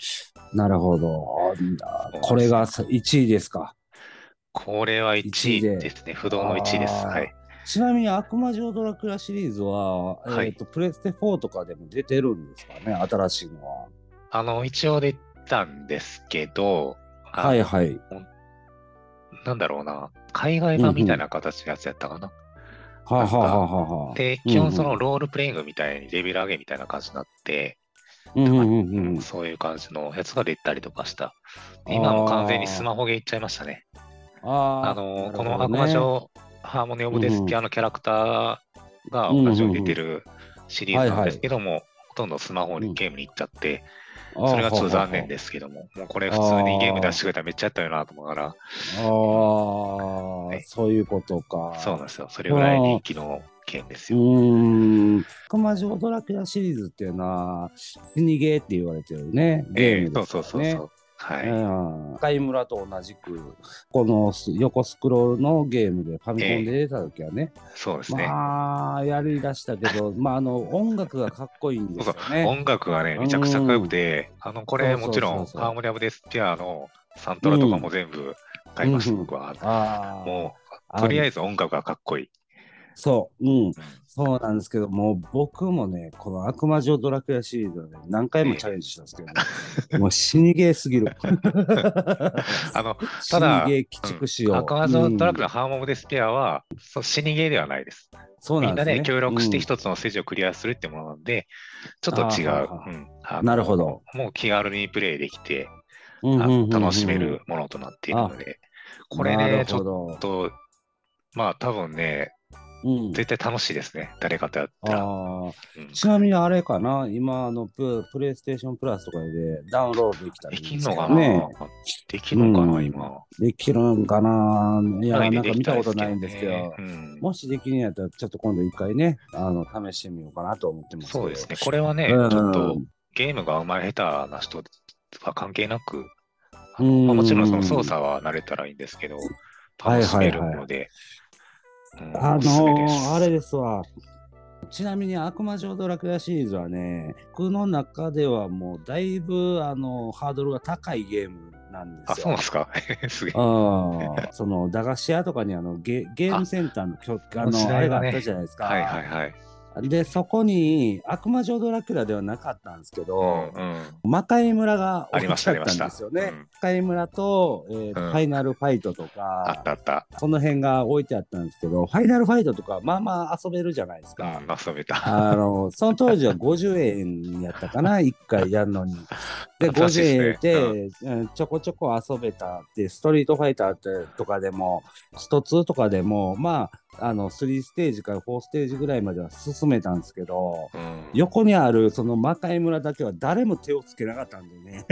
Speaker 2: なるほど。あこれが1位ですか。
Speaker 1: これは1位
Speaker 2: 一位で
Speaker 1: ですね。不動の1位です。
Speaker 2: あー
Speaker 1: はい。
Speaker 2: ちなみに悪魔城ドラクラシリーズは、
Speaker 1: はい
Speaker 2: えっ、と、プレステ4とかでも出てるんですかね、新しいのは。
Speaker 1: あの、一応出たんですけど、あ
Speaker 2: はいはい。
Speaker 1: なんだろうな、海外版みたいな形のやつやったかな。
Speaker 2: はあ、はあはあはあ。
Speaker 1: で、
Speaker 2: うんうん
Speaker 1: 基本そのロールプレイングみたいにレベル上げみたいな感じになって、
Speaker 2: うんうんうんうん。
Speaker 1: そういう感じのやつが出たりとかした。今も完全にスマホゲーいっちゃいましたね。
Speaker 2: あー
Speaker 1: あの、この
Speaker 2: な
Speaker 1: 悪
Speaker 2: るほど
Speaker 1: 魔
Speaker 2: ね
Speaker 1: 城ハーモニー・オブ・デスピアのキャラクターが同じように出てるシリーズなんですけども、ほとんどスマホ
Speaker 2: うん
Speaker 1: にゲームに行っちゃって、それがちょっと残念ですけども、もうこれ普通にゲーム出してくれたらめっちゃやったよなと思うから、
Speaker 2: あー
Speaker 1: はい
Speaker 2: そういうことか。
Speaker 1: そうなんですよ。それぐらい人気の件です
Speaker 2: う
Speaker 1: よ。
Speaker 2: ーん。悪魔城ドラキュラシリーズっていうのは、死にゲーって言われてるね。
Speaker 1: え
Speaker 2: ゲ
Speaker 1: え
Speaker 2: ーム
Speaker 1: そ
Speaker 2: で
Speaker 1: う
Speaker 2: すか
Speaker 1: そう
Speaker 2: ら
Speaker 1: そう
Speaker 2: ね
Speaker 1: そう。はい。
Speaker 2: うん赤い村と同じく、このす横スクロールのゲームでファミコンで出た時はね、
Speaker 1: そうですね。
Speaker 2: まあ、やりだしたけど、まあ、あの、音楽がかっこいいんですよね。
Speaker 1: 音楽がね、めちゃくちゃかっこよくて、あの、これ
Speaker 2: そうそう
Speaker 1: もちろ、
Speaker 2: そうんそう
Speaker 1: ハーモニアム・デスピアのサントラとか
Speaker 2: う
Speaker 1: も全部買いました、
Speaker 2: うんうん
Speaker 1: 僕は。
Speaker 2: ああ、
Speaker 1: もう、とりあえず音楽がかっこい い。
Speaker 2: そう、うん、そうなんですけど、もう僕もね、この悪魔城ドラクエシリーズはね、何回もチャレンジしたんですけどね、もう死にゲーすぎ る。
Speaker 1: あの、
Speaker 2: 死
Speaker 1: ただ
Speaker 2: にゲー鬼畜しよう。
Speaker 1: アカアゾントラック
Speaker 2: うん
Speaker 1: のハーモニアム・デスピアは、そう死にゲーではないです。
Speaker 2: そう
Speaker 1: み
Speaker 2: なん
Speaker 1: ん
Speaker 2: で
Speaker 1: な
Speaker 2: すね。
Speaker 1: で協力して
Speaker 2: うん
Speaker 1: 一つのステージをクリアするってものなんで、ちょっと違
Speaker 2: あーは
Speaker 1: う
Speaker 2: ーは。ー
Speaker 1: うんあの
Speaker 2: なるほど。
Speaker 1: もう気軽にプレイできて、
Speaker 2: うん
Speaker 1: あ
Speaker 2: うんうんうん
Speaker 1: 楽しめるものとなっているので、これ
Speaker 2: な
Speaker 1: ね
Speaker 2: る、
Speaker 1: ちょ
Speaker 2: ほ
Speaker 1: っ
Speaker 2: ど
Speaker 1: と、まあ多分ね、
Speaker 2: うん
Speaker 1: 絶対楽しいですね、誰かとやったら。
Speaker 2: あ
Speaker 1: うん
Speaker 2: ーちなみにあれかな、今あのプ、プレイステーションプラスとかでダウンロードできたり
Speaker 1: でき
Speaker 2: る
Speaker 1: ん
Speaker 2: ですけ
Speaker 1: の
Speaker 2: ど
Speaker 1: かな、
Speaker 2: ね。
Speaker 1: できんのかな、
Speaker 2: うん
Speaker 1: 今。
Speaker 2: できるんかな。いや、
Speaker 1: か
Speaker 2: な
Speaker 1: り
Speaker 2: ん
Speaker 1: で
Speaker 2: か
Speaker 1: き
Speaker 2: 見
Speaker 1: た
Speaker 2: た
Speaker 1: ら
Speaker 2: ことないんですけど。
Speaker 1: ねうん
Speaker 2: もしできるんやったら、ちょっと今度一回ね、あの試してみようかなと思ってますけど。
Speaker 1: そうですね、これはね、ち
Speaker 2: うん
Speaker 1: ょっとゲームがうまい下手な人は関係なく、あ
Speaker 2: う
Speaker 1: の
Speaker 2: ん
Speaker 1: まあ、もちろんその操作は慣れたらいいんですけど、
Speaker 2: いはい
Speaker 1: 楽しめるので、うん
Speaker 2: あの
Speaker 1: おすすめで
Speaker 2: ー、
Speaker 1: す
Speaker 2: あれですわ。ちなみに悪魔城ドラクエシリーズはね、僕の中ではもうだいぶあのハードルが高いゲームなんで
Speaker 1: あ、
Speaker 2: す
Speaker 1: そうな
Speaker 2: よ
Speaker 1: ん。ですか すげえ。
Speaker 2: あその駄菓子屋とかにあのゲゲームセンターの曲あ
Speaker 1: あの時
Speaker 2: のあ
Speaker 1: 代
Speaker 2: れがあ
Speaker 1: は
Speaker 2: っ
Speaker 1: ね
Speaker 2: たじゃないですか。
Speaker 1: はいはいはい。
Speaker 2: でそこに悪魔城ドラキュラではなかったんですけど、
Speaker 1: うんうん
Speaker 2: 魔界村が
Speaker 1: ありました、あり
Speaker 2: っ
Speaker 1: ま
Speaker 2: た
Speaker 1: し
Speaker 2: ん
Speaker 1: た。
Speaker 2: ですよね。
Speaker 1: うん
Speaker 2: 魔界村と、えーと
Speaker 1: うん
Speaker 2: ファイナルファイトと
Speaker 1: あっ
Speaker 2: か
Speaker 1: たあった。
Speaker 2: その辺が置いてあったんですけどファイナルファイトとかまあまあ遊べるじゃないです
Speaker 1: う
Speaker 2: か。
Speaker 1: ん、遊べた。
Speaker 2: あのその当時は50円やったかな、1回やるのに。で、
Speaker 1: 懐かしい
Speaker 2: 50円
Speaker 1: ですね
Speaker 2: で、うんちょこちょこ遊べたって、ストリートファイターってとかでも、スト2とかでも、まあ、あの3ステージから4ステージぐらいまでは進めたんですけど、
Speaker 1: うん
Speaker 2: 横にあるその魔界村だけは誰も手をつけなかったんでね。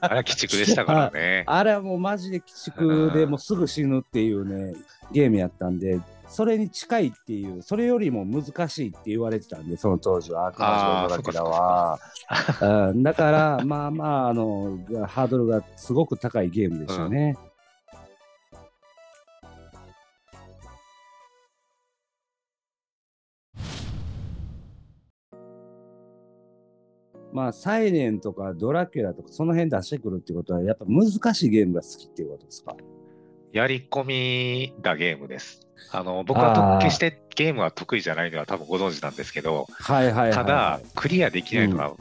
Speaker 1: あれは鬼畜でしたからね。
Speaker 2: あれはもうマジで鬼畜で
Speaker 1: うん
Speaker 2: もうすぐ死ぬっていうね、ゲームやったんで、それに近いっていう、それよりも難しいって言われてたんで、その当時は、悪魔
Speaker 1: あー
Speaker 2: 城ドラキュラは。うんだから、 まあまあ、あの、ハードルがすごく高いゲームでしたね。まあ、サイレンとかドラキュラとか、その辺出してくるってことは、やっぱ難しいゲームが好きっていうことですか。
Speaker 1: やり込みだゲームです。あの僕はと
Speaker 2: あー
Speaker 1: 決してゲームは得意じゃないのは多分ご存知なんですけど、
Speaker 2: はいはいはい、
Speaker 1: ただ、クリアできないのは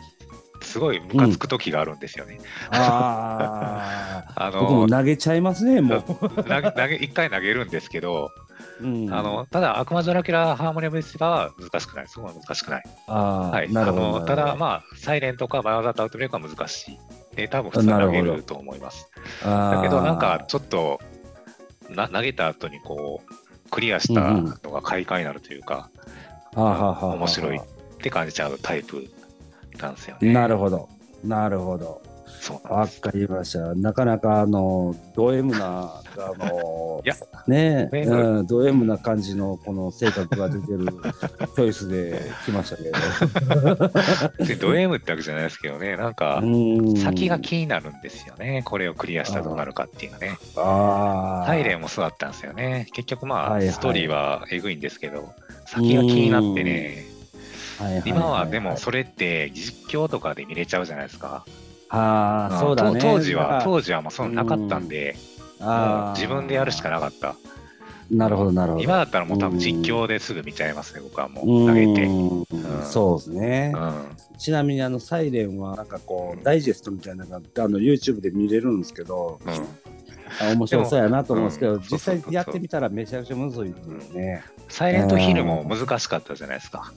Speaker 1: すごいムカつく時があるんですよね。
Speaker 2: ああ、
Speaker 1: あ
Speaker 2: 僕も
Speaker 1: の
Speaker 2: 投げちゃいますね、もう。
Speaker 1: 投げ投げ一回投げるんですけど、
Speaker 2: う ん
Speaker 1: あのただ悪魔ドラキュラハーモニアムですは難しくない。すごい難しくない。
Speaker 2: あー
Speaker 1: はい。
Speaker 2: なる
Speaker 1: あ
Speaker 2: ほど
Speaker 1: の
Speaker 2: なるほど
Speaker 1: ただまあサイレンとかバイオハザードアウトブレイクは難しい。で多分普通に投げると思います。だけどなんかちょっとな投げた後にこうクリアしたのが快感になるというか、
Speaker 2: あーはあはあはあはあ
Speaker 1: 面白いって感じちゃうタイプなんですよね。
Speaker 2: なるほど。なるほど。
Speaker 1: そうなん
Speaker 2: わ
Speaker 1: です。
Speaker 2: かりました。なかなか、あの、ド M な、あの、
Speaker 1: いや
Speaker 2: ね
Speaker 1: ド M
Speaker 2: うん、ド M な感じの、この性格が出てる チョイスで来ましたけど。
Speaker 1: でド M ってわけじゃないですけどね、なんか
Speaker 2: うん
Speaker 1: 先が気になるんですよね、これをクリアしたらどうなるかっていうのね。
Speaker 2: ああ。
Speaker 1: サイレンもそうだったんですよね。結局ま
Speaker 2: は
Speaker 1: あ、
Speaker 2: いはい
Speaker 1: ストーリーはえぐいんですけど、先が気になってね、
Speaker 2: はいはいいい
Speaker 1: 今はでもそれって実況とかで見れちゃうじゃないですか。
Speaker 2: あ
Speaker 1: ま
Speaker 2: あ
Speaker 1: あ
Speaker 2: そうだね
Speaker 1: と当時
Speaker 2: だか
Speaker 1: は
Speaker 2: ら
Speaker 1: 当時はもうそんななかったんで、もう
Speaker 2: あー
Speaker 1: 自分でやるしかなかった。
Speaker 2: なるほどなるほど
Speaker 1: 今だったらもう多
Speaker 2: う
Speaker 1: 分
Speaker 2: ん
Speaker 1: 実況ですぐ見ちゃいますね、僕はも
Speaker 2: う
Speaker 1: う投げて。うん
Speaker 2: んそうですね、
Speaker 1: は
Speaker 2: ちなみにあのサイレンはなんかこうダイジェストみたいなのがあの YouTube で見れるんですけど、
Speaker 1: うん
Speaker 2: あ面白そうやなと思うんですけど、
Speaker 1: でもうん
Speaker 2: 実際やってみたらめちゃくちゃむずいっていうね、
Speaker 1: サイレントヒルも難しかったじゃないですか。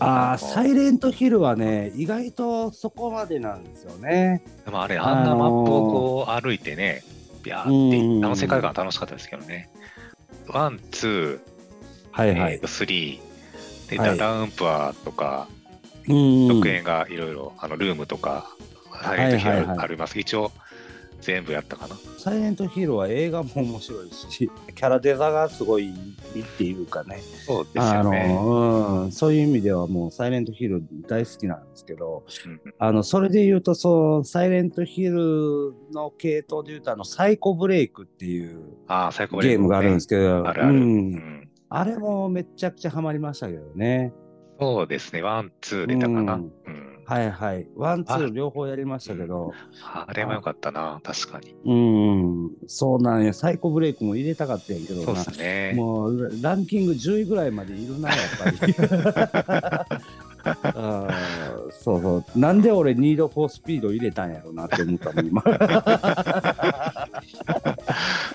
Speaker 2: あ
Speaker 1: あ
Speaker 2: あ
Speaker 1: の
Speaker 2: サイレントヒルはね意外とそこまでなんですよね
Speaker 1: でもあれ、あんなマップをこう歩いてね、ビャーって
Speaker 2: う
Speaker 1: い
Speaker 2: ん
Speaker 1: っ、あの世界観楽しかったですけどね。ワン、ツ
Speaker 2: は
Speaker 1: ー、えーと、スリー、で、
Speaker 2: はい
Speaker 1: ダウンプアーとか、
Speaker 2: うん
Speaker 1: 独演がいろいろ、あのルームとか、サイレントヒル
Speaker 2: はいはいはい
Speaker 1: あります。一応、全部やったかな。
Speaker 2: サイレントヒーローは映画も面白いしキャラデザがすごいいいっていうかね
Speaker 1: そうです
Speaker 2: あ
Speaker 1: よね。
Speaker 2: の、うん、そういう意味ではもう「サイレントヒーロー」大好きなんですけど
Speaker 1: うん
Speaker 2: あのそれで言うとその「サイレントヒーロー」の系統で言うとあの「サイコブレイク」っていう
Speaker 1: ああ、最高
Speaker 2: ゲームがあるんですすけど、
Speaker 1: あるある。
Speaker 2: う、
Speaker 1: うんん
Speaker 2: あれもめちゃくちゃハマりましたけどね
Speaker 1: そうですね、ワン、ツー出たかな。
Speaker 2: う
Speaker 1: うんん
Speaker 2: はいはいワンツ
Speaker 1: あ
Speaker 2: ー両方やりましたけど
Speaker 1: あれもよかったな、確かに。
Speaker 2: うんそうなんやサイコブレイクも入れたかったんやけど
Speaker 1: そう
Speaker 2: な
Speaker 1: ですね。
Speaker 2: もうランキング10位ぐらいまでいるな、やっぱり。あーそうそう。なんで俺、ニードフォースピード入れたんやろうなって思ったの、今。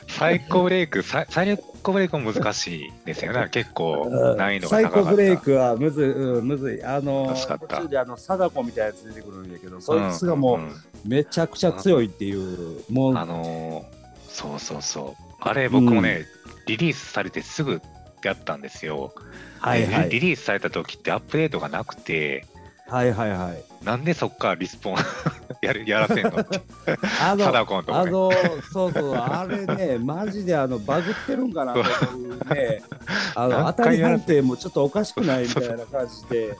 Speaker 1: サイコブレイク、サイサイコブレイクも難しいですよね。結構難易度が
Speaker 2: サイ
Speaker 1: 高か
Speaker 2: コ
Speaker 1: った。
Speaker 2: ブレイクはむずい、うんむずい。あの
Speaker 1: 難しか
Speaker 2: ー、
Speaker 1: った
Speaker 2: 途中であの、貞子みたいなやつ出てくるんやけど、
Speaker 1: う
Speaker 2: そ
Speaker 1: ん、
Speaker 2: いつがも
Speaker 1: ん
Speaker 2: う、めちゃくちゃ強いっていう、もう、
Speaker 1: あのーそうそうそう。あれ、僕もね、リリースされてすぐやったんですよ。
Speaker 2: はいは
Speaker 1: でリ
Speaker 2: い。
Speaker 1: リースされた時ってアップデートがなくて、
Speaker 2: はいはいはい。
Speaker 1: なんでそっからリスポン やるやらせんのって、
Speaker 2: あの、
Speaker 1: 貞子のと
Speaker 2: あ
Speaker 1: こね。
Speaker 2: の、そうそう、あれ ね、マジであのバグってるんかなと思うね、あの
Speaker 1: 何
Speaker 2: 当たり
Speaker 1: 回やら
Speaker 2: 判定もちょっとおかしくないみたいな感じで、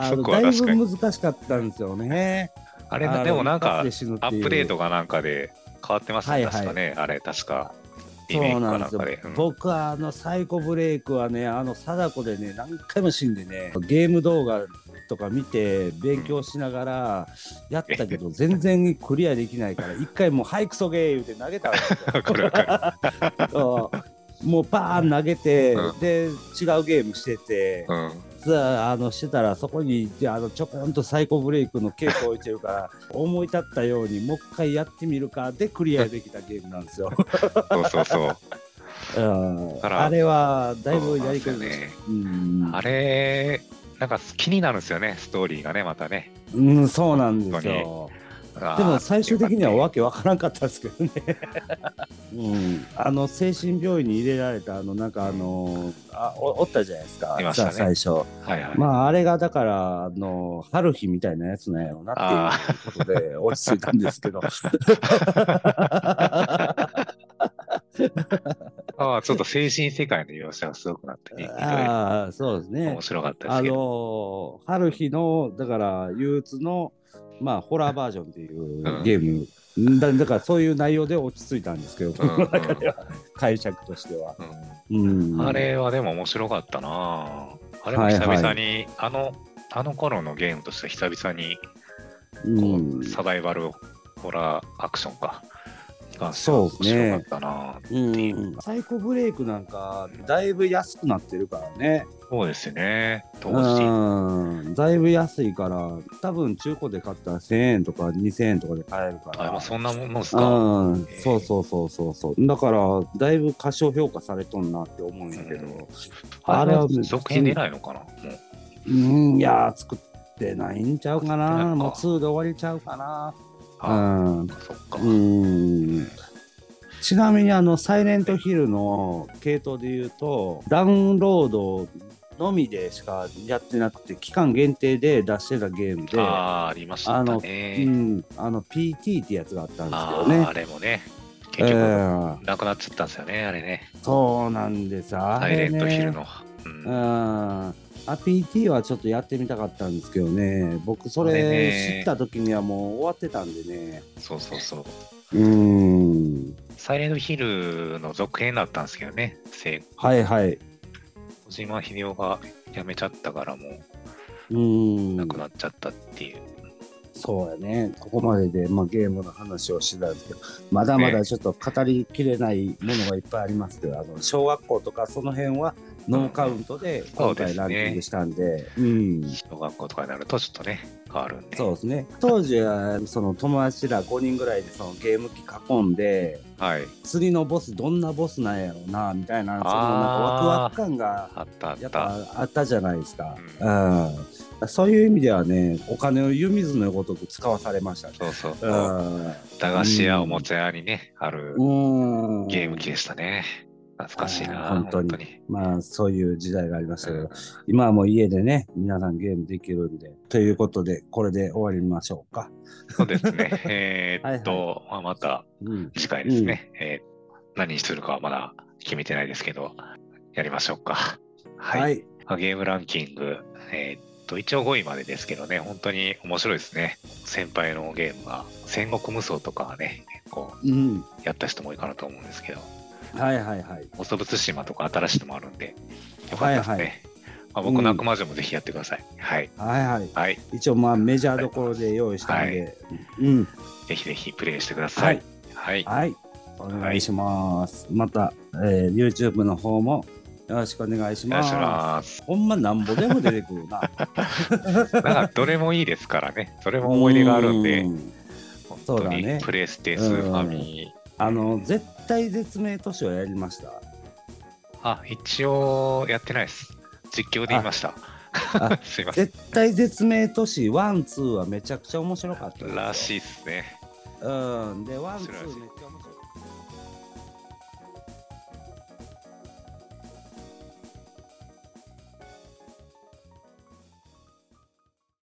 Speaker 1: あそ
Speaker 2: の
Speaker 1: こ
Speaker 2: だ
Speaker 1: はい確かに。
Speaker 2: ぶ難しかったんですよね。
Speaker 1: あ
Speaker 2: あの
Speaker 1: れ、でもなん
Speaker 2: 一発
Speaker 1: か
Speaker 2: で、死ぬって
Speaker 1: ア
Speaker 2: いう
Speaker 1: ップデートがなんかで変わってますね、
Speaker 2: はいはい
Speaker 1: 確かね、あれ、確か。リメイ
Speaker 2: そう
Speaker 1: ク
Speaker 2: な
Speaker 1: か
Speaker 2: ん
Speaker 1: な
Speaker 2: で
Speaker 1: ん
Speaker 2: すよ
Speaker 1: かで。うん
Speaker 2: 僕はあのサイコブレイクはね、あの貞子でね、何回も死んでね、ゲーム動画とか見て、勉強しながらやったけど、全然クリアできないから、一回もう、はい、クソゲー言うて投げたわけですよ。
Speaker 1: わかるわかる。
Speaker 2: そうもうバーン投げて、
Speaker 1: うん
Speaker 2: で違うゲームしてて、
Speaker 1: うん
Speaker 2: さああのしてたらそこにあのちょこんとサイコブレイクのケース置いてるから 思い立ったようにもう一回やってみるかでクリアできたゲームなんで すよ。
Speaker 1: そうそうそう。
Speaker 2: うん
Speaker 1: あら
Speaker 2: あれは だいぶ
Speaker 1: そう
Speaker 2: や
Speaker 1: なん
Speaker 2: り
Speaker 1: です
Speaker 2: 込
Speaker 1: よ
Speaker 2: み
Speaker 1: ね。
Speaker 2: ました。うん
Speaker 1: あれ、なんか気になるんですよね、ストーリーがね、またね。
Speaker 2: うん、そうなんですよ。で
Speaker 1: で
Speaker 2: も最終的にはわ
Speaker 1: わ
Speaker 2: けわからんかったですけ どね。うん、あの精神病院に入れられたあのなんかあのあおおったじゃないですか。
Speaker 1: いましたね
Speaker 2: さ最初。
Speaker 1: はいはい。
Speaker 2: まああれがだからあの春日みたいなやつなんやろうなっていうことで落ち着いたんで すけどあ
Speaker 1: ああ、ちょっと精神世界の描写がすごくなってね、いろいろ
Speaker 2: あそうですね
Speaker 1: 面白かったで
Speaker 2: あ
Speaker 1: すけど。
Speaker 2: の春日のだから憂鬱のまあホラーバージョンっていうゲーム、だだからそういう内容で落ち着いたんですけど、
Speaker 1: うんうん
Speaker 2: 僕の中では解釈としては、
Speaker 1: うん
Speaker 2: うん
Speaker 1: あれはでも面白かったな。あれも
Speaker 2: はいはい
Speaker 1: 久々に、あの、あの頃のゲームとして久々に、こ
Speaker 2: うん
Speaker 1: う、サバイバルホラーアクションか。が
Speaker 2: そうですね
Speaker 1: 面白かったな。
Speaker 2: うんサイコブレイクなんかだいぶ安くなってるからね
Speaker 1: そうですね。当時。
Speaker 2: うんだいぶ安いから多分中古で買ったら1000円とか2000円とかで買えるから
Speaker 1: あ、もうそんなもんですか。
Speaker 2: う
Speaker 1: え
Speaker 2: ん
Speaker 1: ー
Speaker 2: そうそうそうそうそうだからだいぶ過小評価されとんなって思うんやけど、
Speaker 1: うん
Speaker 2: あれは
Speaker 1: 続編出ないのかな。もう
Speaker 2: うんいやー作ってないんちゃうか
Speaker 1: 作って
Speaker 2: な
Speaker 1: ないか
Speaker 2: もう2で終わりちゃうかな
Speaker 1: あ
Speaker 2: うん
Speaker 1: そっか。
Speaker 2: うんちなみにあのサイレントヒルの系統で言うとダウンロードのみでしかやってなくて期間限定で出してたゲームで
Speaker 1: ああー、ありました
Speaker 2: あのう
Speaker 1: ね。
Speaker 2: ん、あの PT ってやつがあったんですけ
Speaker 1: あ
Speaker 2: ど
Speaker 1: ー
Speaker 2: ね
Speaker 1: あ。れもね、
Speaker 2: え
Speaker 1: 結局、
Speaker 2: ー
Speaker 1: なくなっちゃったんですよね、あれね。
Speaker 2: そうなんです。あ
Speaker 1: サイレ
Speaker 2: れ
Speaker 1: ントヒル
Speaker 2: ね。
Speaker 1: の。う
Speaker 2: うんん。あ PT はちょっとやってみたかったんですけどね。僕そ
Speaker 1: あれ
Speaker 2: れ
Speaker 1: ね
Speaker 2: 知った時にはもう終わってたんでね。
Speaker 1: そうそうそう。
Speaker 2: うーん。
Speaker 1: サイレントヒルの続編だったんですけどね、せ
Speaker 2: はいはい。
Speaker 1: 島秀夫が辞めちゃったからも
Speaker 2: うー
Speaker 1: うんなくなっちゃったっていう。
Speaker 2: そうやね、ここまでで、まあ、ゲームの話をしてたんですけど、まだまだちょっと語りきれないものがいっぱいありますけど、あの小学校とかその辺はノーカウントで今回ランキングしたんで、うん、
Speaker 1: 小学校とかになるとちょっとね、変わるんで。
Speaker 2: そうですね。当時はその友達ら5人ぐらいでそのゲーム機囲んで、
Speaker 1: はい。
Speaker 2: 釣りのボスどんなボスなんやろうなみたいな、そのなんかワクワク感が
Speaker 1: あったあっ。
Speaker 2: やったぱあったじゃないですか。
Speaker 1: う
Speaker 2: うん、そういう意味ではね、お金を湯水のごとく使わされましたね。
Speaker 1: そうそう
Speaker 2: う
Speaker 1: そう。
Speaker 2: ん
Speaker 1: 駄菓子やおもちゃ屋にね、ある
Speaker 2: うん
Speaker 1: ゲーム機でしたね。懐かしいな、
Speaker 2: あー本
Speaker 1: 本
Speaker 2: 当
Speaker 1: 当
Speaker 2: に
Speaker 1: に。
Speaker 2: まあそういう時代がありましたけ
Speaker 1: う
Speaker 2: ど、
Speaker 1: ん
Speaker 2: 今はもう家でね皆さんゲームできるんでということでこれで終わりましょうか、
Speaker 1: そうです ね。えーっと、まあまた
Speaker 2: うん、
Speaker 1: 次回ですね、えー何にするかはまだ決めてないですけど、やりましょうか。はい。
Speaker 2: はい
Speaker 1: まあゲームランキング、えーっと、一応5位までですけどね、本当に面白いですね。先輩のゲームが、戦国無双とかはね、結構
Speaker 2: うん
Speaker 1: やった人も多いかなと思うんですけど、
Speaker 2: はいはいはい
Speaker 1: おそぶつ島とか新しいのもあるんで、よかったですね。
Speaker 2: はいはい
Speaker 1: まあ、
Speaker 2: う
Speaker 1: 僕
Speaker 2: ん
Speaker 1: の悪魔女もぜひやってください。はい。
Speaker 2: はいはい
Speaker 1: はい。
Speaker 2: 一応まあメジャーどころで用意したんで、うん
Speaker 1: ぜひぜひプレイしてください。はい。
Speaker 2: はいお願いします、また、えー YouTube の方もよろしくお願いし
Speaker 1: お願い
Speaker 2: ま
Speaker 1: し
Speaker 2: す
Speaker 1: ます。
Speaker 2: ほんまなんぼでも出てく るな
Speaker 1: なんかどれもいいですからね。どれも思い出があるんで
Speaker 2: う、ん
Speaker 1: 本
Speaker 2: そ
Speaker 1: 当
Speaker 2: うだね
Speaker 1: にプレイステスファミ。
Speaker 2: あの絶対絶命都市をやりました
Speaker 1: あ、一応やってないです。実況で言いました
Speaker 2: あ。
Speaker 1: すいません。
Speaker 2: 絶対絶命都市ワンツーはめちゃくちゃ面白かったですよ
Speaker 1: らしいですね。
Speaker 2: うんでワンツーめっちゃ面白かった